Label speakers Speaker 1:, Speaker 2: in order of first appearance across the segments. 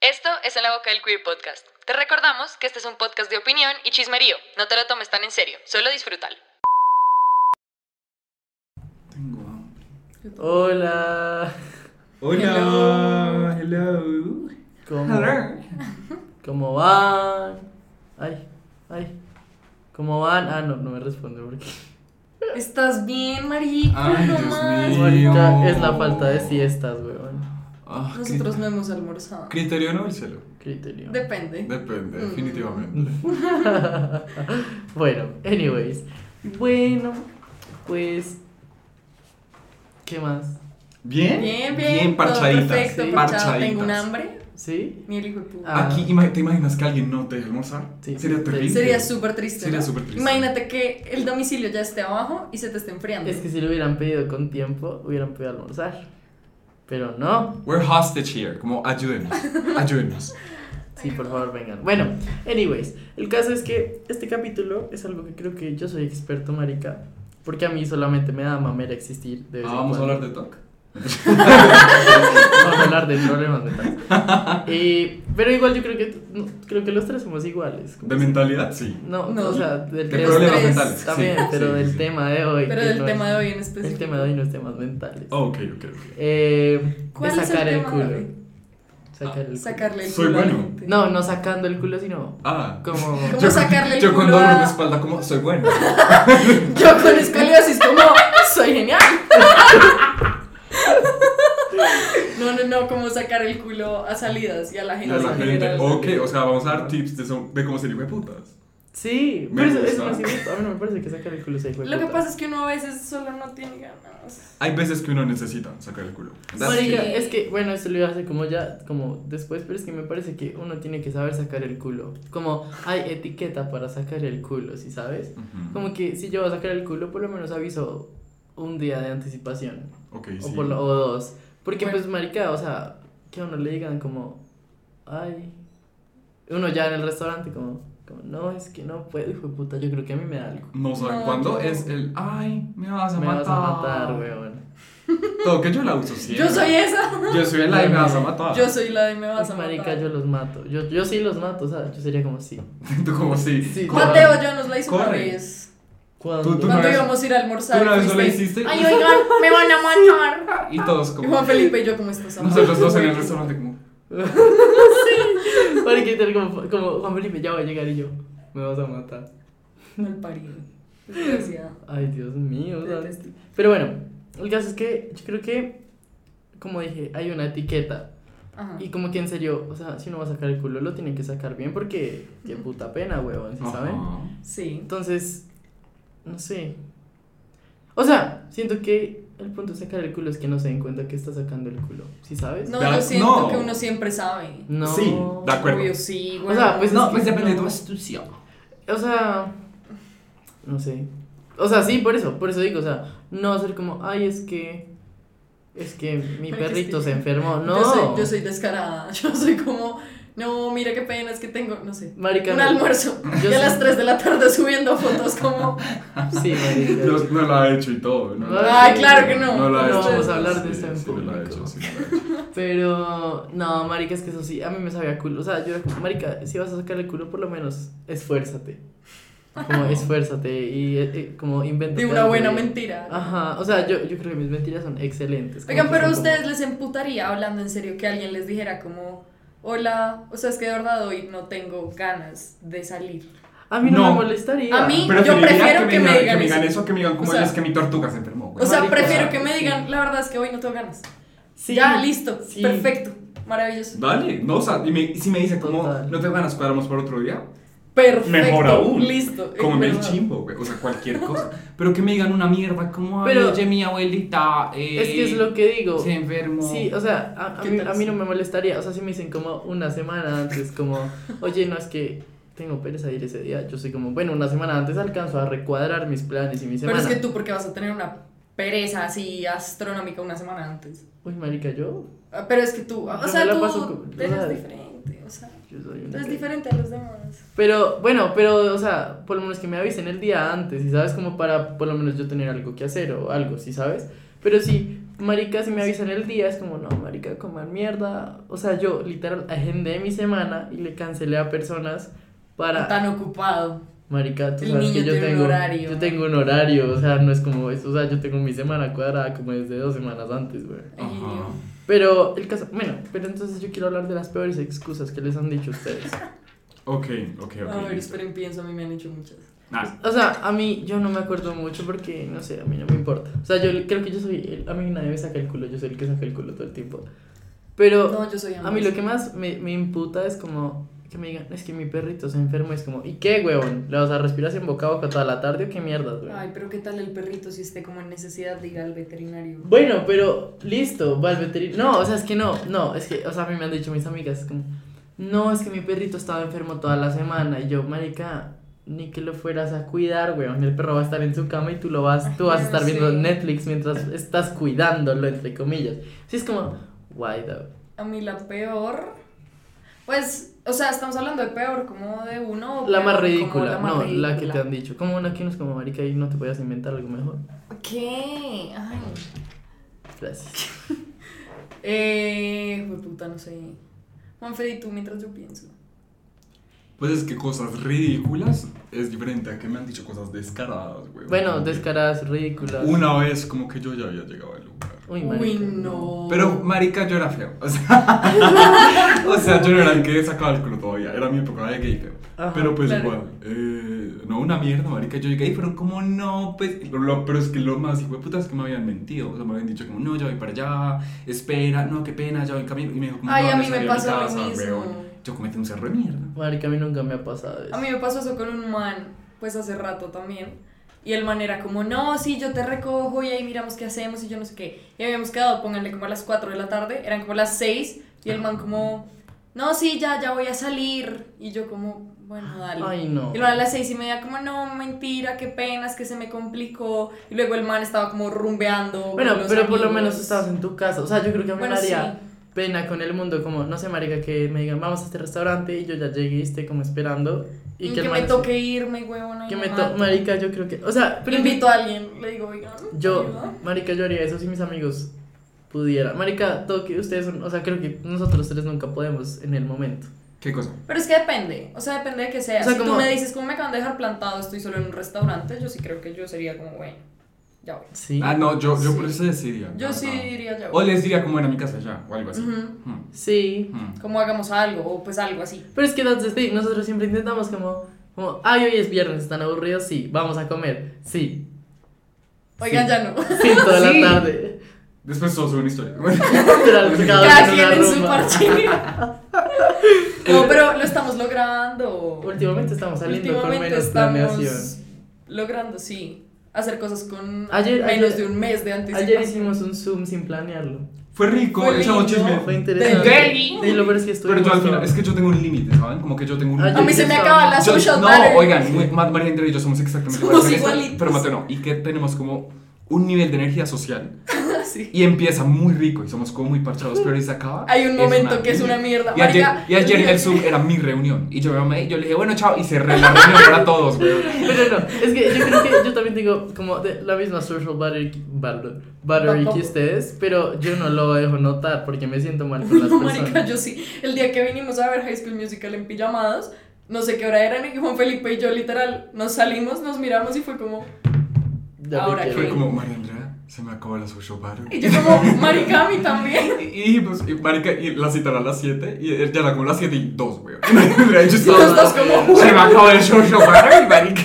Speaker 1: Esto es En la Boca del Queer Podcast. Te recordamos que este es un podcast de opinión y chismerío. No te lo tomes tan en serio, solo disfrútalo.
Speaker 2: Tengo hambre.
Speaker 3: Hola.
Speaker 2: Hola, hello.
Speaker 3: ¿Cómo, ¿Cómo van? Ay, ay. ¿Cómo van? Ah, no, no me responde porque
Speaker 4: ¿Estás bien, marico?
Speaker 2: Ay,
Speaker 4: No
Speaker 2: Dios
Speaker 4: más.
Speaker 2: mío.
Speaker 3: ahorita es la falta de siestas, weón.
Speaker 2: Ah,
Speaker 4: Nosotros
Speaker 2: cri-
Speaker 4: no hemos almorzado.
Speaker 2: Criterio no el celo.
Speaker 3: Criterio.
Speaker 4: Depende.
Speaker 2: Depende,
Speaker 4: Mm.
Speaker 2: definitivamente.
Speaker 3: Bueno, anyways. Bueno, pues. ¿Qué más?
Speaker 2: ¿Bien?
Speaker 4: Bien, bien.
Speaker 2: Bien
Speaker 4: todo
Speaker 2: parchaditas.
Speaker 4: Perfecto,
Speaker 3: sí.
Speaker 4: parchado.
Speaker 2: parchaditas.
Speaker 4: Tengo un hambre.
Speaker 3: ¿Sí?
Speaker 4: Ni el hijo de puta.
Speaker 3: Ah.
Speaker 2: Aquí, ima- ¿te imaginas que alguien no te deje almorzar?
Speaker 3: Sí,
Speaker 2: Sería
Speaker 3: sí,
Speaker 2: terrible.
Speaker 3: sí.
Speaker 4: Sería súper triste.
Speaker 2: Sería
Speaker 4: ¿no?
Speaker 2: súper triste.
Speaker 4: Imagínate que el domicilio ya esté abajo y se te esté enfriando.
Speaker 3: Es que si lo hubieran pedido con tiempo, hubieran podido almorzar. Pero no.
Speaker 2: We're hostage here. Como, ayúdenos. Ayúdenos.
Speaker 3: Sí, por favor, vengan. Bueno, anyways, el caso es que este capítulo es algo que creo que yo soy experto, marica. Porque a mí solamente me da mamera existir. De vez
Speaker 2: Ah,
Speaker 3: en
Speaker 2: vamos a
Speaker 3: cuando.
Speaker 2: hablar de TOC.
Speaker 3: Vamos a hablar de problemas mentales. Eh, pero igual yo creo que no, creo que los tres somos iguales.
Speaker 2: ¿De mentalidad? Sí.
Speaker 3: No,
Speaker 4: No.
Speaker 3: o sea, del
Speaker 2: De
Speaker 3: tema-
Speaker 2: problemas
Speaker 4: tres,
Speaker 2: mentales. sí,
Speaker 3: También, pero
Speaker 2: sí,
Speaker 3: del
Speaker 2: sí.
Speaker 3: tema de hoy.
Speaker 4: Pero
Speaker 3: que
Speaker 4: del
Speaker 3: no
Speaker 4: tema
Speaker 3: es-
Speaker 4: de hoy en
Speaker 3: El
Speaker 4: específico.
Speaker 3: tema de hoy no es temas mentales.
Speaker 2: Oh, ok, ok, ok.
Speaker 3: Eh,
Speaker 4: ¿Cuál
Speaker 3: de
Speaker 4: es
Speaker 3: sacar
Speaker 4: el
Speaker 3: el,
Speaker 4: tema de
Speaker 3: culo.
Speaker 4: hoy? Ah,
Speaker 3: Sacar el culo.
Speaker 4: Sacarle el
Speaker 2: Soy
Speaker 4: culo a la
Speaker 2: bueno.
Speaker 4: gente.
Speaker 3: No, no sacando el culo, sino
Speaker 2: Ah.
Speaker 3: como.
Speaker 4: ¿Cómo sacarle el
Speaker 2: yo
Speaker 4: culo
Speaker 2: cuando abro
Speaker 4: a-
Speaker 2: mi espalda, como, soy bueno.
Speaker 4: Yo con escoliosis como soy genial. No, no, no, como sacar el culo a salidas y a la
Speaker 2: Y
Speaker 4: gente.
Speaker 2: a la
Speaker 3: Sí,
Speaker 4: en
Speaker 2: gente,
Speaker 4: general.
Speaker 2: ok, o sea, vamos a dar tips de, so- de cómo ser hijo de putas.
Speaker 3: Sí,
Speaker 2: Me
Speaker 3: pero eso,
Speaker 2: gusta.
Speaker 3: eso no es cierto. A mí no me parece que sacar el culo sea hijo de
Speaker 4: Lo que
Speaker 3: puta.
Speaker 4: pasa es que uno a veces solo no tiene ganas.
Speaker 2: Hay veces que uno necesita sacar el culo. That's
Speaker 3: Marica,
Speaker 2: it.
Speaker 3: es que, bueno, esto lo iba a hacer como ya, como después, pero es que me parece que uno tiene que saber sacar el culo. Como hay etiqueta para sacar el culo, ¿sí sabes?
Speaker 2: Ujú.
Speaker 3: Como que si yo voy a sacar el culo, por lo menos aviso un día de anticipación.
Speaker 2: Ok,
Speaker 3: O,
Speaker 2: sí.
Speaker 3: por lo- o dos. Porque,
Speaker 4: Bueno.
Speaker 3: pues, marica, o sea, que a uno le digan como, ay. Uno ya en el restaurante, como, como no, es que no puedo, hijo de puta, yo creo que a mí me da algo.
Speaker 2: No saben
Speaker 4: No,
Speaker 2: cuándo
Speaker 4: yo-
Speaker 2: es el ay, me vas a
Speaker 3: Me
Speaker 2: matar.
Speaker 3: vas a matar, weón.
Speaker 2: Todo que yo la uso siempre.
Speaker 4: Yo soy esa.
Speaker 2: Yo soy el ay, me vas a matar.
Speaker 4: Yo soy la de me vas
Speaker 3: Pues,
Speaker 4: a
Speaker 3: marica,
Speaker 4: matar.
Speaker 3: yo los mato. Yo, yo sí los mato, o sea, yo sería como sí.
Speaker 2: Tú como sí.
Speaker 3: Sí,
Speaker 2: como-
Speaker 4: Mateo yo nos la hizo una
Speaker 2: Corre.
Speaker 4: vez.
Speaker 3: Cuando
Speaker 2: Tú- tú no
Speaker 4: Cuando
Speaker 2: eres-
Speaker 4: íbamos a ir a almorzar.
Speaker 2: tú una vez no la
Speaker 4: fuiste,
Speaker 2: hiciste.
Speaker 4: Ay, oigan, me van a matar.
Speaker 2: Y todos
Speaker 4: Y
Speaker 2: como
Speaker 4: Juan Felipe y yo, ¿cómo estás? amor?
Speaker 2: nosotros dos en el restaurante como
Speaker 3: Porque tal como, como Juan Felipe ya va a llegar y yo, me vas a matar.
Speaker 4: Mal parido. Desgraciado.
Speaker 3: Ay, Dios mío. o sea.
Speaker 4: Detesto.
Speaker 3: Pero bueno, el caso es que yo creo que, como dije, hay una etiqueta.
Speaker 4: Ajá.
Speaker 3: Y como que en serio, o sea, si uno va a sacar el culo, lo tienen que sacar bien porque qué puta pena, huevón, ¿sí
Speaker 2: Ajá.
Speaker 3: saben?
Speaker 4: Sí.
Speaker 3: Entonces, no sé. O sea, siento que el punto de sacar el culo es que no se den cuenta que está sacando el culo, ¿sí sabes?
Speaker 4: No,
Speaker 2: That-
Speaker 4: yo siento
Speaker 2: no.
Speaker 4: que uno siempre sabe.
Speaker 3: No.
Speaker 2: Sí, de acuerdo.
Speaker 4: Obvio, sí, güey.
Speaker 3: O sea, pues no, pues depende de tu
Speaker 2: astucia.
Speaker 3: O sea, no sé. O sea, sí, por eso, por eso digo, o sea, no va a ser como, ay, es que, es que mi
Speaker 4: Pero que
Speaker 3: perrito
Speaker 4: estoy-
Speaker 3: se enfermó. No,
Speaker 4: Yo soy, yo soy descarada. Yo soy como, no, mira qué pena, es que tengo, no sé.
Speaker 3: marica,
Speaker 4: Un
Speaker 3: no.
Speaker 4: almuerzo.
Speaker 3: Yo
Speaker 4: Yo a
Speaker 3: sí.
Speaker 4: las 3 de la tarde subiendo fotos como.
Speaker 3: Sí, marica.
Speaker 2: Yo no la he hecho y todo. No,
Speaker 4: Ay, claro que no.
Speaker 2: No la he
Speaker 3: No
Speaker 2: hecho.
Speaker 3: vamos a hablar de esto en
Speaker 2: sí, no la he
Speaker 3: público.
Speaker 2: hecho, sí, no la he hecho.
Speaker 3: Pero, no, marica, es que eso sí, a mí me sabía culo. O sea, yo era como, marica, si vas a sacar el culo, por lo menos esfuérzate. Como esfuérzate y eh, eh, como inventa.
Speaker 4: De una buena mentira.
Speaker 3: Ajá, o sea, yo, yo creo que mis mentiras son excelentes. como
Speaker 4: Oigan,
Speaker 3: que
Speaker 4: pero a
Speaker 3: son como-
Speaker 4: ustedes les emputaría hablando en serio que alguien les dijera como. Hola, o sea, es que de verdad hoy no tengo ganas de salir.
Speaker 3: A mí no,
Speaker 2: No.
Speaker 3: me molestaría.
Speaker 4: A mí-
Speaker 2: Pero
Speaker 4: Yo
Speaker 2: preferiría
Speaker 4: prefiero que me digan eso.
Speaker 2: eso, que me digan como
Speaker 4: O sea-
Speaker 2: es que mi tortuga se enfermó. güey.
Speaker 4: O sea,
Speaker 3: Marica,
Speaker 4: prefiero
Speaker 3: o sea,
Speaker 4: que me
Speaker 3: sí.
Speaker 4: digan, la verdad es que hoy no tengo ganas.
Speaker 3: Sí.
Speaker 4: ya, listo,
Speaker 3: sí.
Speaker 4: perfecto, maravilloso.
Speaker 2: Dale, no, o sea, y me- y si me dicen como
Speaker 3: Total.
Speaker 2: no te ganas, cuadramos para otro día,
Speaker 4: Perfecto.
Speaker 2: Mejor aún.
Speaker 4: Listo.
Speaker 2: Como en el
Speaker 4: ¿verdad?
Speaker 2: chimbo, güey. O sea, cualquier cosa. Pero que me digan una mierda como,
Speaker 3: Pero-
Speaker 2: mi abuelita eh,
Speaker 3: Es que es lo que digo.
Speaker 2: enfermó.
Speaker 3: Sí, o sea, a, a
Speaker 4: ¿Qué
Speaker 3: mí,
Speaker 4: tal
Speaker 3: a mí no
Speaker 4: si-
Speaker 3: me molestaría. O sea, si me dicen como una semana antes, como, oye, no es que tengo pereza de ir ese día. Yo soy como, bueno, una semana antes alcanzo a recuadrar mis planes y mi
Speaker 4: Pero
Speaker 3: semana.
Speaker 4: es que tú, porque vas a tener una pereza así astronómica una semana antes.
Speaker 3: Uy, marica, yo.
Speaker 4: Ah, Pero es que tú, ah, o
Speaker 3: Yo
Speaker 4: sea,
Speaker 3: me la
Speaker 4: tú
Speaker 3: paso con-
Speaker 4: eres
Speaker 3: o sea,
Speaker 4: diferente, o sea,
Speaker 3: Yo soy una
Speaker 4: tú eres
Speaker 3: que-
Speaker 4: diferente a los demás.
Speaker 3: Pero bueno, pero, o sea, por lo menos que me avisen el día antes, y sabes, como para por lo menos yo tener algo que hacer o algo, ¿sí sabes? Pero sí, Marica, si me avisan el día, es como, no, Marica, coman mierda. O sea, yo literal agendé mi semana y le cancelé a personas para.
Speaker 4: Tan ocupado.
Speaker 3: Marica, tú
Speaker 4: El
Speaker 3: sabes
Speaker 4: niño
Speaker 3: que yo
Speaker 4: tiene un
Speaker 3: tengo,
Speaker 4: horario.
Speaker 3: yo tengo un horario, o sea, no es como eso, o sea, yo tengo mi semana cuadrada como desde dos semanas antes, güey.
Speaker 2: Ajá.
Speaker 3: Pero el caso, bueno, pero entonces yo quiero hablar de las peores excusas que les han dicho ustedes.
Speaker 2: Ok, ok, ok.
Speaker 4: A ver,
Speaker 2: listo.
Speaker 4: esperen, pienso, a mí me han hecho muchas.
Speaker 2: Ah,
Speaker 3: O sea, a mí yo no me acuerdo mucho porque, no sé, a mí no me importa. O sea, yo creo que yo soy, el, a mí nadie me saca el culo, yo soy el que saca el culo todo el tiempo. Pero
Speaker 4: No, yo soy
Speaker 3: a mí lo que más me, me imputa es como que me digan, es que mi perrito se enfermo, es como, ¿y qué, huevón? ¿Le vas a respirar en boca a boca toda la tarde o qué mierda, huevón?
Speaker 4: Ay, pero ¿qué tal el perrito si esté como en necesidad de ir al veterinario?
Speaker 3: Bueno, pero listo, va al veterinario. No, o sea, es que no, no, es que, o sea, a mí me han dicho mis amigas, como, no, es que mi perrito estaba enfermo toda la semana. Y yo, marica, ni que lo fueras a cuidar, weón. El perro va a estar en su cama y tú lo vas, tú vas a estar
Speaker 4: Sí.
Speaker 3: viendo Netflix mientras estás cuidándolo, entre comillas. Sí, es como, why the.
Speaker 4: A mí la peor. Pues, o sea, estamos hablando de peor, como de uno. o
Speaker 3: La más
Speaker 4: peor, como
Speaker 3: ridícula,
Speaker 4: más
Speaker 3: no, la que te
Speaker 4: ridícula.
Speaker 3: han dicho. Como una que no es como, marica, y no te podías inventar algo mejor.
Speaker 4: ¿Qué? Ay.
Speaker 3: Gracias.
Speaker 4: Eh, puta, no sé. Manfred, ¿y tú mientras yo pienso?
Speaker 2: pues es que cosas ridículas es diferente a que me han dicho cosas descaradas, güey.
Speaker 3: Bueno,
Speaker 2: Como que
Speaker 3: descaradas, ridículas.
Speaker 2: Una vez como que yo ya había llegado al lugar.
Speaker 3: Uy, marica.
Speaker 4: Uy,
Speaker 3: Oh.
Speaker 4: no.
Speaker 2: Pero, marica, yo era feo. O sea, o sea, yo no era el que sacaba el culo todavía. Era mi época de gay feo.
Speaker 3: Ajá,
Speaker 2: pero pues
Speaker 4: claro.
Speaker 2: igual. eh, no, una mierda, marica. Yo llegué y fueron como, no, pues. lo- lo- pero es que lo más hijo de puta es que me habían mentido. O sea, me habían dicho como, no, ya voy para allá. Espera, no, qué pena, ya voy en camino. Y me dijo como,
Speaker 4: Ay,
Speaker 2: no,
Speaker 4: a mí
Speaker 2: ya
Speaker 4: me
Speaker 2: salí a mi
Speaker 4: pasó lo
Speaker 2: casa,
Speaker 4: mismo.
Speaker 2: weón. Yo cometí un cerro de mierda.
Speaker 3: Marica, a mí nunca me ha pasado eso.
Speaker 4: A mí me pasó eso con un man, pues hace rato también. Y el man era como, no, sí, yo te recojo y ahí miramos qué hacemos y yo no sé qué. Y habíamos quedado, pónganle como a las 4 de la tarde, eran como las 6 y el man como, no, sí, ya, ya voy a salir. Y yo como, bueno, dale.
Speaker 3: Ay, no.
Speaker 4: Y luego a las seis y media como, no, mentira, qué pena, es que se me complicó. Y luego el man estaba como rumbeando. con
Speaker 3: Bueno,
Speaker 4: los
Speaker 3: pero por lo
Speaker 4: amigos.
Speaker 3: menos estabas en tu casa. O sea, yo creo que a mí
Speaker 4: Bueno,
Speaker 3: me
Speaker 4: sí.
Speaker 3: daría pena con el mundo. Como, no sé, marica, que me digan, vamos a este restaurante y yo ya llegué y esté como esperando. Y
Speaker 4: Y
Speaker 3: que,
Speaker 4: Mm, que,
Speaker 3: el
Speaker 4: me
Speaker 3: man-
Speaker 4: toque irme, huevona. y
Speaker 3: Que
Speaker 4: no
Speaker 3: me toque.
Speaker 4: mato.
Speaker 3: Marica, yo creo que. O sea, pero
Speaker 4: Pero invito a alguien, le digo, oigan.
Speaker 3: yo,
Speaker 4: ayuda".
Speaker 3: marica, yo haría eso si mis amigos pudieran. Marica, todo que ustedes son. O sea, creo que nosotros tres nunca podemos en el momento.
Speaker 2: ¿Qué cosa?
Speaker 4: Pero es que depende, o sea, depende de que sea.
Speaker 3: O sea,
Speaker 4: si
Speaker 3: como-
Speaker 4: tú me dices, ¿cómo me acaban de dejar plantado? Estoy solo en un restaurante, yo sí creo que yo sería como, bueno, ya voy.
Speaker 3: Sí.
Speaker 2: Ah, no, yo, yo
Speaker 4: Sí.
Speaker 2: por eso decidía.
Speaker 4: Yo
Speaker 2: Ah,
Speaker 4: sí
Speaker 2: ah.
Speaker 4: diría ya
Speaker 2: O
Speaker 4: voy.
Speaker 2: les diría como era mi casa ya, o algo así.
Speaker 4: Ujú.
Speaker 2: Hmm,
Speaker 3: Sí.
Speaker 2: hmm.
Speaker 4: Como hagamos algo, o pues algo así.
Speaker 3: Pero es que that's the thing, nosotros siempre intentamos como. Como, ay, hoy es viernes, están aburridos, sí, vamos a comer, sí,
Speaker 4: Oigan,
Speaker 3: Sí.
Speaker 4: ya no.
Speaker 3: sí, toda
Speaker 2: Sí.
Speaker 3: la tarde.
Speaker 2: Después todo sube una historia.
Speaker 3: Tras- cada
Speaker 4: Cada
Speaker 3: uno
Speaker 4: quien
Speaker 3: una
Speaker 4: en su
Speaker 3: rumba.
Speaker 4: parche. no, pero lo estamos logrando.
Speaker 3: Últimamente estamos saliendo con
Speaker 4: Últimamente
Speaker 3: menos planeación.
Speaker 4: estamos logrando, sí. Hacer cosas con
Speaker 3: Ayer-
Speaker 4: menos
Speaker 3: ayer-
Speaker 4: de un mes de anticipación.
Speaker 3: Ayer hicimos un Zoom sin planearlo.
Speaker 2: Fue rico,
Speaker 4: Fue
Speaker 2: echamos
Speaker 4: lindo.
Speaker 2: chisme.
Speaker 3: Fue interesante.
Speaker 2: Deli.
Speaker 3: Sí, lo peor es que
Speaker 2: Pero
Speaker 3: estuvimos
Speaker 2: yo al final,
Speaker 3: todos.
Speaker 2: es que yo tengo un límite, ¿saben? Como que yo tengo un
Speaker 3: Ah,
Speaker 2: límite.
Speaker 4: A mí se me acaba la
Speaker 2: Yo-
Speaker 4: social
Speaker 2: no,
Speaker 4: battery.
Speaker 2: oigan, muy- Ma- María Andrea y yo somos exactamente
Speaker 4: Somos
Speaker 2: en esto,
Speaker 4: igualitos.
Speaker 2: Pero Mateo no, y que tenemos como un nivel de energía social
Speaker 4: Sí.
Speaker 2: y empieza muy rico y somos como muy parchados, pero ahí se acaba.
Speaker 4: Hay un
Speaker 2: es
Speaker 4: momento
Speaker 2: una
Speaker 4: que es una mierda.
Speaker 2: Y ayer,
Speaker 4: Marica,
Speaker 2: y ayer en el Zoom era mi reunión y yo me mamé y yo le dije, bueno, chao, y cerré la reunión para todos, güey.
Speaker 3: Pero no, es que yo creo que yo también tengo como de- la misma social battery, battery- battery que
Speaker 4: Tampoco.
Speaker 3: ustedes, pero yo no lo dejo notar porque me siento mal con las
Speaker 4: No,
Speaker 3: personas.
Speaker 4: marica, yo sí. El día que vinimos a ver High School Musical en pijamadas, no sé qué hora era, y Juan Felipe y yo literal nos salimos, nos miramos y fue como...
Speaker 3: Ya me
Speaker 4: Ahora
Speaker 3: quiero.
Speaker 2: Fue como, María Andrea, se me acabó la social battery.
Speaker 4: Y yo como, marica, a mí también.
Speaker 2: Y, y, pues, y, marica, y la citaron a las 7 y ya la como a las 7 y 2, güey. Y yo estaba-
Speaker 4: los dos como,
Speaker 2: Se me acabó el social battery, marica.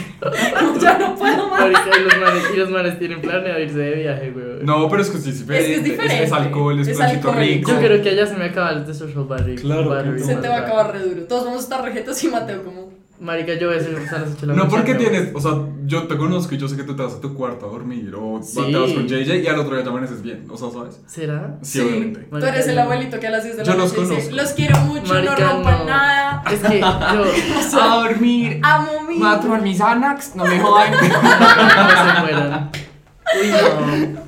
Speaker 4: "No, ya no puedo más.
Speaker 3: Marica, y los manes, y los manes tienen planeado irse de viaje, güey.
Speaker 2: No, pero es que sí, sí,
Speaker 4: que es
Speaker 2: es,
Speaker 4: diferente.
Speaker 2: es alcohol, es,
Speaker 4: Es
Speaker 2: plancito
Speaker 4: alcohol.
Speaker 2: rico.
Speaker 3: Yo creo que allá se me acaba el de social battery.
Speaker 2: Claro,
Speaker 3: battery,
Speaker 2: puto
Speaker 4: Se te va a
Speaker 3: marica.
Speaker 4: acabar re duro. Todos vamos a estar rejetas y Mateo como...
Speaker 3: Marica, yo voy a ser a las ocho de la
Speaker 2: No,
Speaker 3: noche,
Speaker 2: porque
Speaker 3: creo.
Speaker 2: tienes, o sea, yo te conozco y yo sé que tú te vas a tu cuarto a dormir o
Speaker 3: Sí.
Speaker 2: te vas con JJ y al otro día te amaneces bien, o sea, ¿sabes?
Speaker 3: ¿Será?
Speaker 2: Sí, obviamente.
Speaker 4: Tú eres el abuelito que a las 10 de la
Speaker 2: Yo los
Speaker 4: noche dice,
Speaker 2: conozco.
Speaker 4: los quiero mucho,
Speaker 3: Marica,
Speaker 4: no rompan
Speaker 3: no.
Speaker 4: nada.
Speaker 3: Es que yo.
Speaker 2: A dormir,
Speaker 4: Amo mi...
Speaker 2: tomar mis Anax, no me jodan.
Speaker 3: no se mueran. Uy, no.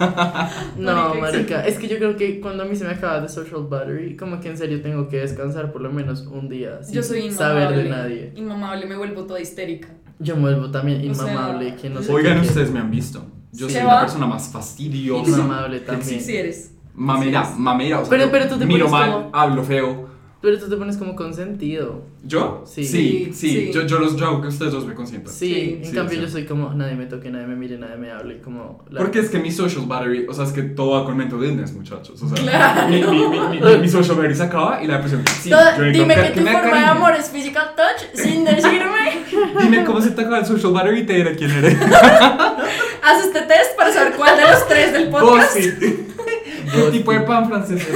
Speaker 3: No,
Speaker 4: Marica,
Speaker 3: marica. Es que yo creo que cuando a mí se me acaba de social battery, como que en serio tengo que descansar por lo menos un día sin
Speaker 4: Yo soy inmamable.
Speaker 3: saber de nadie.
Speaker 4: Inmamable, me vuelvo toda histérica.
Speaker 3: Yo me vuelvo también
Speaker 4: O sea,
Speaker 3: inmamable, que no sé.
Speaker 2: Oigan,
Speaker 3: qué-
Speaker 2: ustedes me han visto. Yo
Speaker 4: Se
Speaker 2: soy una
Speaker 4: va.
Speaker 2: persona más fastidiosa.
Speaker 3: Inamable
Speaker 4: Sí,
Speaker 3: también.
Speaker 4: sí eres.
Speaker 2: Mamera, mamera. O sea,
Speaker 3: Pero-
Speaker 2: yo
Speaker 3: pero tú te
Speaker 2: miro
Speaker 3: pones
Speaker 2: mal,
Speaker 3: como-
Speaker 2: hablo feo.
Speaker 3: Pero tú te pones como consentido.
Speaker 2: ¿Yo?
Speaker 3: Sí.
Speaker 2: Sí, sí.
Speaker 4: Sí.
Speaker 2: Yo, yo los yo hago que ustedes dos me consientan.
Speaker 3: Sí,
Speaker 4: Sí.
Speaker 3: en
Speaker 2: Sí,
Speaker 3: cambio
Speaker 2: sí.
Speaker 3: yo soy como nadie me toque, nadie me mire, nadie me hable, como la-
Speaker 2: Porque es que mi social battery, o sea, es que todo va con mental illness, muchachos. O sea,
Speaker 4: Claro.
Speaker 2: mi, mi, mi, mi- mi- mi social battery se acaba y la depresión. Sí,
Speaker 4: Todo-
Speaker 2: yo digo,
Speaker 4: dime que tu
Speaker 2: me
Speaker 4: forma de
Speaker 2: acariñes.
Speaker 4: amor es physical touch sin decirme.
Speaker 2: Dime cómo se te acaba el social battery y te diré quién eres.
Speaker 4: Haz este test para saber cuál de los tres del podcast.
Speaker 2: Vos sí. ¿Qué tipo de pan francés es?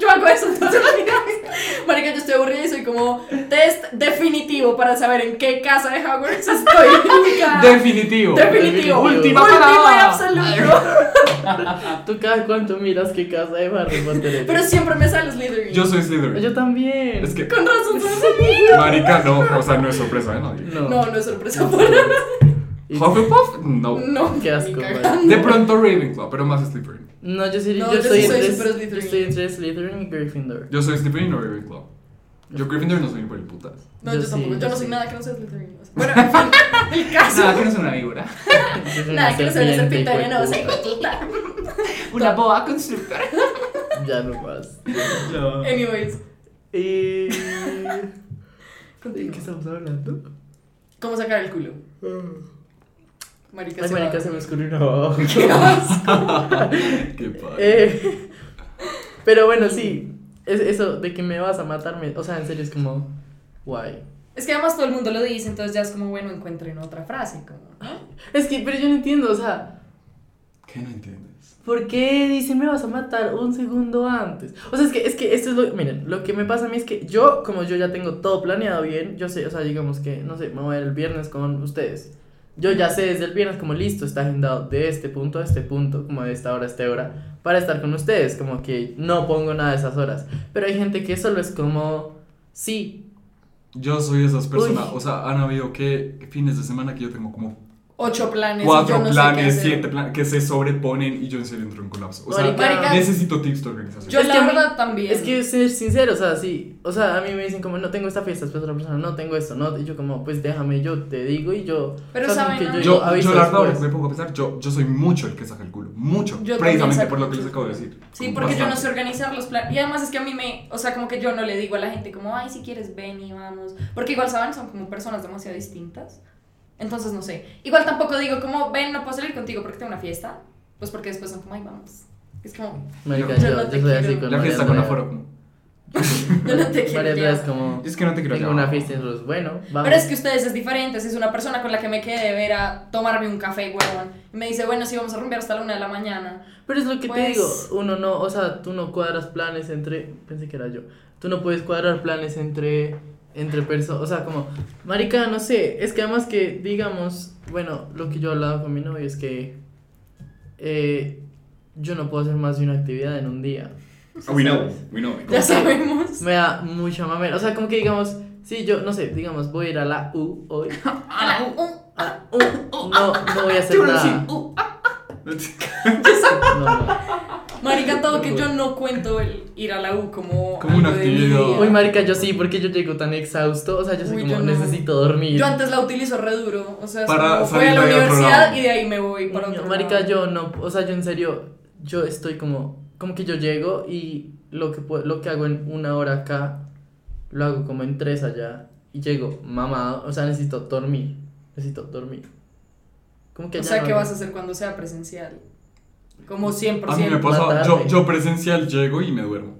Speaker 4: Yo hago eso entonces, marica. Marica, yo estoy aburrida y soy como test definitivo para saber en qué casa de Hogwarts estoy ubicada.
Speaker 2: Definitivo.
Speaker 4: definitivo.
Speaker 2: Última
Speaker 4: Último y
Speaker 2: parada.
Speaker 4: absoluto.
Speaker 3: Tú cada cuánto miras qué casa de Harry Potter eres.
Speaker 4: Pero siempre me sale Slytherin.
Speaker 2: Yo soy Slytherin.
Speaker 3: Yo también.
Speaker 2: Es que,
Speaker 4: Con razón somos amigos.
Speaker 2: marica, no, o sea, no es sorpresa de nadie.
Speaker 3: No.
Speaker 4: No, no es sorpresa por nada.
Speaker 3: Y-
Speaker 2: Hufflepuff, no.
Speaker 4: No.
Speaker 3: Qué asco,
Speaker 4: ni
Speaker 3: güey.
Speaker 4: cagando.
Speaker 2: De pronto Ravenclaw, pero más Slytherin.
Speaker 3: No, yo, sí,
Speaker 4: No,
Speaker 3: yo,
Speaker 4: yo sí
Speaker 3: soy
Speaker 4: soy
Speaker 3: entre,
Speaker 4: súper
Speaker 3: yo
Speaker 4: Slytherin.
Speaker 3: estoy entre Slytherin y Gryffindor.
Speaker 2: Yo soy Slytherin o Ravenclaw. Yo Gryffindor no soy ni por el putas.
Speaker 4: No,
Speaker 3: Yo
Speaker 4: yo,
Speaker 3: sí,
Speaker 4: tampoco.
Speaker 3: yo
Speaker 4: Yo no soy
Speaker 3: sí.
Speaker 4: nada que no sea Slytherin. O sea, Bueno, en fin, el caso.
Speaker 2: Nada, Ah, que no es una víbora.
Speaker 3: Yo soy
Speaker 4: Nada, que no sea una
Speaker 3: serpiente,
Speaker 4: serpintaria, no,
Speaker 3: hijo de
Speaker 4: soy
Speaker 3: puta.
Speaker 4: gotita.
Speaker 2: Una boa constructora.
Speaker 3: Ya no más.
Speaker 4: Anyways,
Speaker 3: Y... ¿De
Speaker 4: continúa.
Speaker 3: qué estamos hablando?
Speaker 4: ¿Cómo sacar el culo? Marica,
Speaker 3: Ay,
Speaker 4: se va.
Speaker 3: marica, se me escurrió una hoja.
Speaker 4: Qué asco.
Speaker 2: Qué padre.
Speaker 3: Eh, pero bueno, sí. Es eso de que me vas a matarme. O sea, en serio es como. Guay.
Speaker 4: Es que además todo el mundo lo dice, entonces ya es como, bueno, encuentren otra frase. Como,
Speaker 3: Es que, pero yo no entiendo, o sea.
Speaker 2: ¿Qué no entiendes?
Speaker 3: ¿Por qué dice me vas a matar un segundo antes? O sea, es que, es que esto es lo. Miren, lo que me pasa a mí es que yo, como yo ya tengo todo planeado bien, yo sé, o sea, digamos que, no sé, me voy a ir el viernes con ustedes. Yo ya sé desde el viernes, como listo, está agendado de este punto a este punto, como de esta hora a esta hora, para estar con ustedes. Como que no pongo nada de esas horas. Pero hay gente que solo es como. Sí.
Speaker 2: Yo soy esas personas,
Speaker 3: Uy.
Speaker 2: o sea, han habido que fines de semana que yo tengo como
Speaker 4: Ocho planes. y
Speaker 2: cuatro
Speaker 4: yo no
Speaker 2: planes,
Speaker 4: sé qué hacer.
Speaker 2: siete planes, que se sobreponen y yo en serio entro en colapso. O sea,
Speaker 3: Marica,
Speaker 4: Marica,
Speaker 2: necesito tips de organización.
Speaker 4: Yo
Speaker 3: Es
Speaker 4: la
Speaker 3: que a mí-
Speaker 4: verdad también.
Speaker 3: Es que ser sincero, o sea, sí. O sea, a mí me dicen como, no tengo esta fiesta, después otra persona, no tengo esto, no. Y yo como, pues déjame, yo te digo y yo.
Speaker 4: Pero
Speaker 3: o sea, como
Speaker 4: saben
Speaker 3: que
Speaker 4: algo.
Speaker 3: yo,
Speaker 2: Yo,
Speaker 3: aviso
Speaker 2: yo la verdad, ahora
Speaker 3: después.
Speaker 2: que me pongo a pensar, yo, yo soy mucho el que saca el culo. Mucho.
Speaker 4: Yo también
Speaker 2: precisamente
Speaker 4: saco
Speaker 2: por lo que
Speaker 4: mucho
Speaker 2: les acabo de
Speaker 4: el
Speaker 2: decir.
Speaker 4: Sí, porque yo no
Speaker 2: Bastante.
Speaker 4: sé organizar los planes. Y además es que a mí me, o sea, como que yo no le digo a la gente como, ay, si quieres ven y vamos. Porque igual, ¿saben? Son como personas demasiado distintas. Entonces, no sé. Igual tampoco digo como, ven, no puedo salir contigo porque tengo una fiesta. Pues porque después son como, ay, vamos. Es como,
Speaker 3: Marica, yo,
Speaker 4: Yo no
Speaker 3: yo
Speaker 4: te
Speaker 3: soy así
Speaker 4: quiero.
Speaker 3: con
Speaker 2: La
Speaker 3: María
Speaker 2: fiesta con
Speaker 3: Andrea.
Speaker 2: aforo. como,
Speaker 4: yo no te
Speaker 3: María
Speaker 4: quiero.
Speaker 3: Andrea
Speaker 4: ya.
Speaker 3: es como,
Speaker 2: Es que no te quiero
Speaker 3: tengo
Speaker 2: llevar.
Speaker 3: una fiesta y nosotros, bueno, vamos.
Speaker 4: Pero es que ustedes es diferente, si es una persona con la que me quedé de ver a tomarme un café, huevón, y me dice, bueno, sí, vamos a romper hasta la una de la mañana.
Speaker 3: Pero es lo que te
Speaker 4: Pues-
Speaker 3: digo, uno no, o sea, tú no cuadras planes entre, pensé que era yo, tú no puedes cuadrar planes entre, entre personas, o sea, como, marica, no sé, es que además que, digamos, bueno, lo que yo hablaba con mi novio es que eh, yo no puedo hacer más de una actividad en un día.
Speaker 2: Ah, We know, we know.
Speaker 4: Ya sabemos.
Speaker 3: Me da mucha mamera, o sea, como que digamos, sí, yo, no sé, digamos, voy a ir a la U hoy,
Speaker 4: A la U.
Speaker 3: Ah, uh, no, no voy a hacer nada.
Speaker 4: Uh, ah.
Speaker 3: No, no.
Speaker 4: Marica, todo que yo no cuento el ir a la U como.
Speaker 2: Como una
Speaker 4: algo de mi
Speaker 2: actividad.
Speaker 4: vida.
Speaker 3: Uy, marica, yo sí, porque yo llego tan exhausto, o sea, yo soy
Speaker 4: Uy,
Speaker 3: como,
Speaker 4: yo no.
Speaker 3: necesito dormir.
Speaker 4: Yo antes la utilizo re duro. O sea, es
Speaker 2: Para
Speaker 4: como, voy
Speaker 2: salir
Speaker 4: a la
Speaker 2: de ahí a otro
Speaker 4: universidad
Speaker 2: lado.
Speaker 4: y de ahí me voy para otro.
Speaker 3: No, marica,
Speaker 4: lado.
Speaker 3: yo no, o sea, yo en serio, yo estoy como, como que yo llego y lo que, pue- lo que hago en una hora acá, lo hago como en tres allá, y llego mamado, o sea, necesito dormir, necesito dormir. Como que
Speaker 4: O
Speaker 3: allá
Speaker 4: sea,
Speaker 3: no
Speaker 4: ¿qué
Speaker 3: hago.
Speaker 4: vas a hacer cuando sea presencial? Como 100%.
Speaker 2: A mí me pasa,
Speaker 3: Matarme.
Speaker 2: yo, yo presencial llego y me duermo.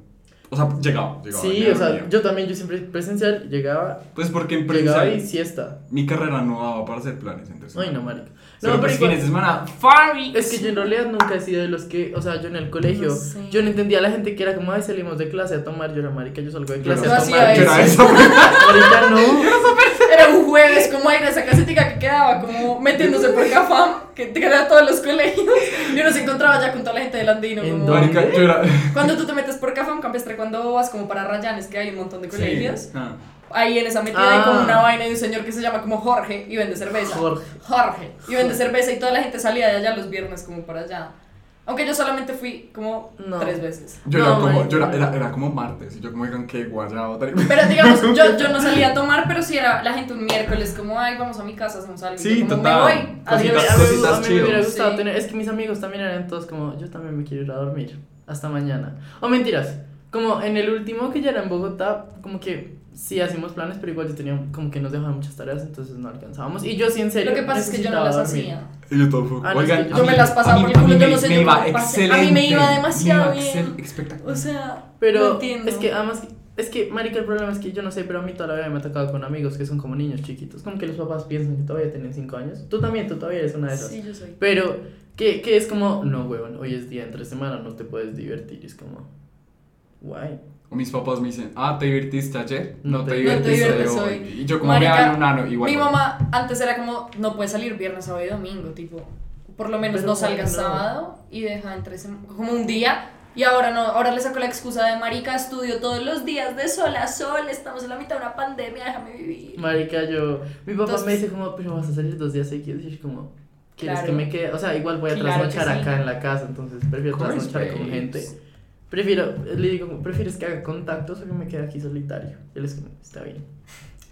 Speaker 2: O sea, llegaba, llegaba.
Speaker 3: Sí,
Speaker 2: me
Speaker 3: o sea,
Speaker 2: dormía.
Speaker 3: yo también, yo siempre presencial, llegaba,
Speaker 2: Pues porque en
Speaker 3: llegaba y
Speaker 2: presencial
Speaker 3: siesta.
Speaker 2: mi carrera no daba para hacer planes. Entonces,
Speaker 3: Ay, no, marica.
Speaker 2: Pero
Speaker 3: No,
Speaker 2: pues
Speaker 3: igual-
Speaker 2: fines de semana, Fari.
Speaker 3: Es que yo en realidad nunca he sido de los que, o sea, yo en el colegio,
Speaker 4: No sé.
Speaker 3: yo no entendía a la gente que era como, ay, salimos de clase a tomar, yo era marica, yo salgo de
Speaker 2: Yo
Speaker 3: clase
Speaker 2: no-
Speaker 3: a
Speaker 4: Yo
Speaker 3: tomar.
Speaker 4: hacía
Speaker 2: Yo era
Speaker 4: eso.
Speaker 2: eso.
Speaker 3: Marica, no.
Speaker 4: Era un jueves, como aire, esa casetica que quedaba como metiéndose por Cafam, que te quedaba todos los colegios. Yo nos encontraba ya con toda la gente del Andino.
Speaker 3: ¿En
Speaker 4: Como,
Speaker 3: dónde?
Speaker 2: Marica, yo era.
Speaker 4: Cuando tú te metes por Cafam, cambias entre cuando vas como para Rayanes, que hay un montón de colegios.
Speaker 2: Sí, ah.
Speaker 4: Ahí en esa metida hay como
Speaker 3: Ah.
Speaker 4: una vaina de un señor que se llama como Jorge y vende cerveza.
Speaker 3: Jorge.
Speaker 4: Jorge. Y vende cerveza y toda la gente salía de allá los viernes como para allá. Aunque yo solamente fui como
Speaker 3: No.
Speaker 4: tres veces.
Speaker 2: Yo,
Speaker 3: No,
Speaker 2: era, como,
Speaker 3: marica,
Speaker 2: yo era,
Speaker 3: no.
Speaker 2: era, era como martes, y yo como digan que guayado. tal".
Speaker 4: Pero digamos, yo, yo no salía a tomar, pero si era la gente un miércoles, como, ay, vamos a mi casa, hacemos algo.
Speaker 2: Sí,
Speaker 4: Yo como,
Speaker 2: total.
Speaker 4: Me voy.
Speaker 3: A mí, me-
Speaker 4: Adiós.
Speaker 2: Cositas-
Speaker 3: a mí-
Speaker 2: cositas
Speaker 3: a mí me hubiera
Speaker 2: chill.
Speaker 3: gustado
Speaker 4: Sí.
Speaker 3: tener. Es que mis amigos también eran todos como, yo también me quiero ir a dormir. Hasta mañana. O mentiras. Como en el último que ya era en Bogotá, como que sí hacíamos planes, pero igual yo tenía como que nos dejaban muchas tareas, entonces no alcanzábamos. Y yo sí, en serio.
Speaker 4: Lo que pasa es que yo no
Speaker 3: necesitaba
Speaker 4: las
Speaker 3: dormir.
Speaker 4: hacía.
Speaker 2: Y yo todo fue,
Speaker 3: Ah, no,
Speaker 2: oigan,
Speaker 3: es que yo
Speaker 2: a
Speaker 4: me las pasaba
Speaker 2: a
Speaker 4: por el culo,
Speaker 2: a
Speaker 4: yo
Speaker 2: me-
Speaker 4: no sé,
Speaker 2: me
Speaker 4: yo
Speaker 2: iba
Speaker 4: cómo pasé. A mí me
Speaker 2: excelente.
Speaker 4: iba demasiado
Speaker 2: me iba
Speaker 4: bien.
Speaker 2: excel- espectacular.
Speaker 4: O sea, no
Speaker 3: Pero
Speaker 4: entiendo.
Speaker 3: es que además, es que, marica, el problema es que yo no sé, pero a mí toda la vida me ha tocado con amigos que son como niños chiquitos. Como que los papás piensan que todavía tienen 5 años. Tú también, tú todavía eres una de esas.
Speaker 4: Sí, yo soy.
Speaker 3: Pero que, que es como, no, huevón, hoy es día entre semana, no te puedes divertir. y es como, guay.
Speaker 2: O Mis papás me dicen, ah, ¿te divertiste ayer? No, te,
Speaker 4: No te
Speaker 2: divertiste
Speaker 4: diviertes
Speaker 2: hoy.
Speaker 4: hoy.
Speaker 2: Y yo como
Speaker 4: Marica,
Speaker 2: me dan un ano, igual.
Speaker 4: Mi
Speaker 2: voy.
Speaker 4: mamá antes era como, no puedes salir viernes, sábado y domingo, tipo, por lo menos
Speaker 3: Pero
Speaker 4: no salgas
Speaker 3: bueno.
Speaker 4: sábado y deja entre sem- como un día. Y ahora no, ahora le saco la excusa de marica, estudio todos los días de sol a sol, estamos en la mitad de una pandemia, déjame vivir.
Speaker 3: Marica, yo. Mi papá
Speaker 4: Entonces-
Speaker 3: me dice, como, pero vas a salir dos días seguidos. Y yo, como, ¿quieres
Speaker 4: Claro.
Speaker 3: que me quede? O sea, igual voy a
Speaker 4: Claro que
Speaker 3: trasnochar
Speaker 4: sí.
Speaker 3: acá en la casa, entonces prefiero
Speaker 2: Course,
Speaker 3: trasnochar con
Speaker 2: babes.
Speaker 3: gente. Prefiero, le digo, como, ¿prefieres que haga contactos o que me quede aquí solitario? Y él es como, está bien.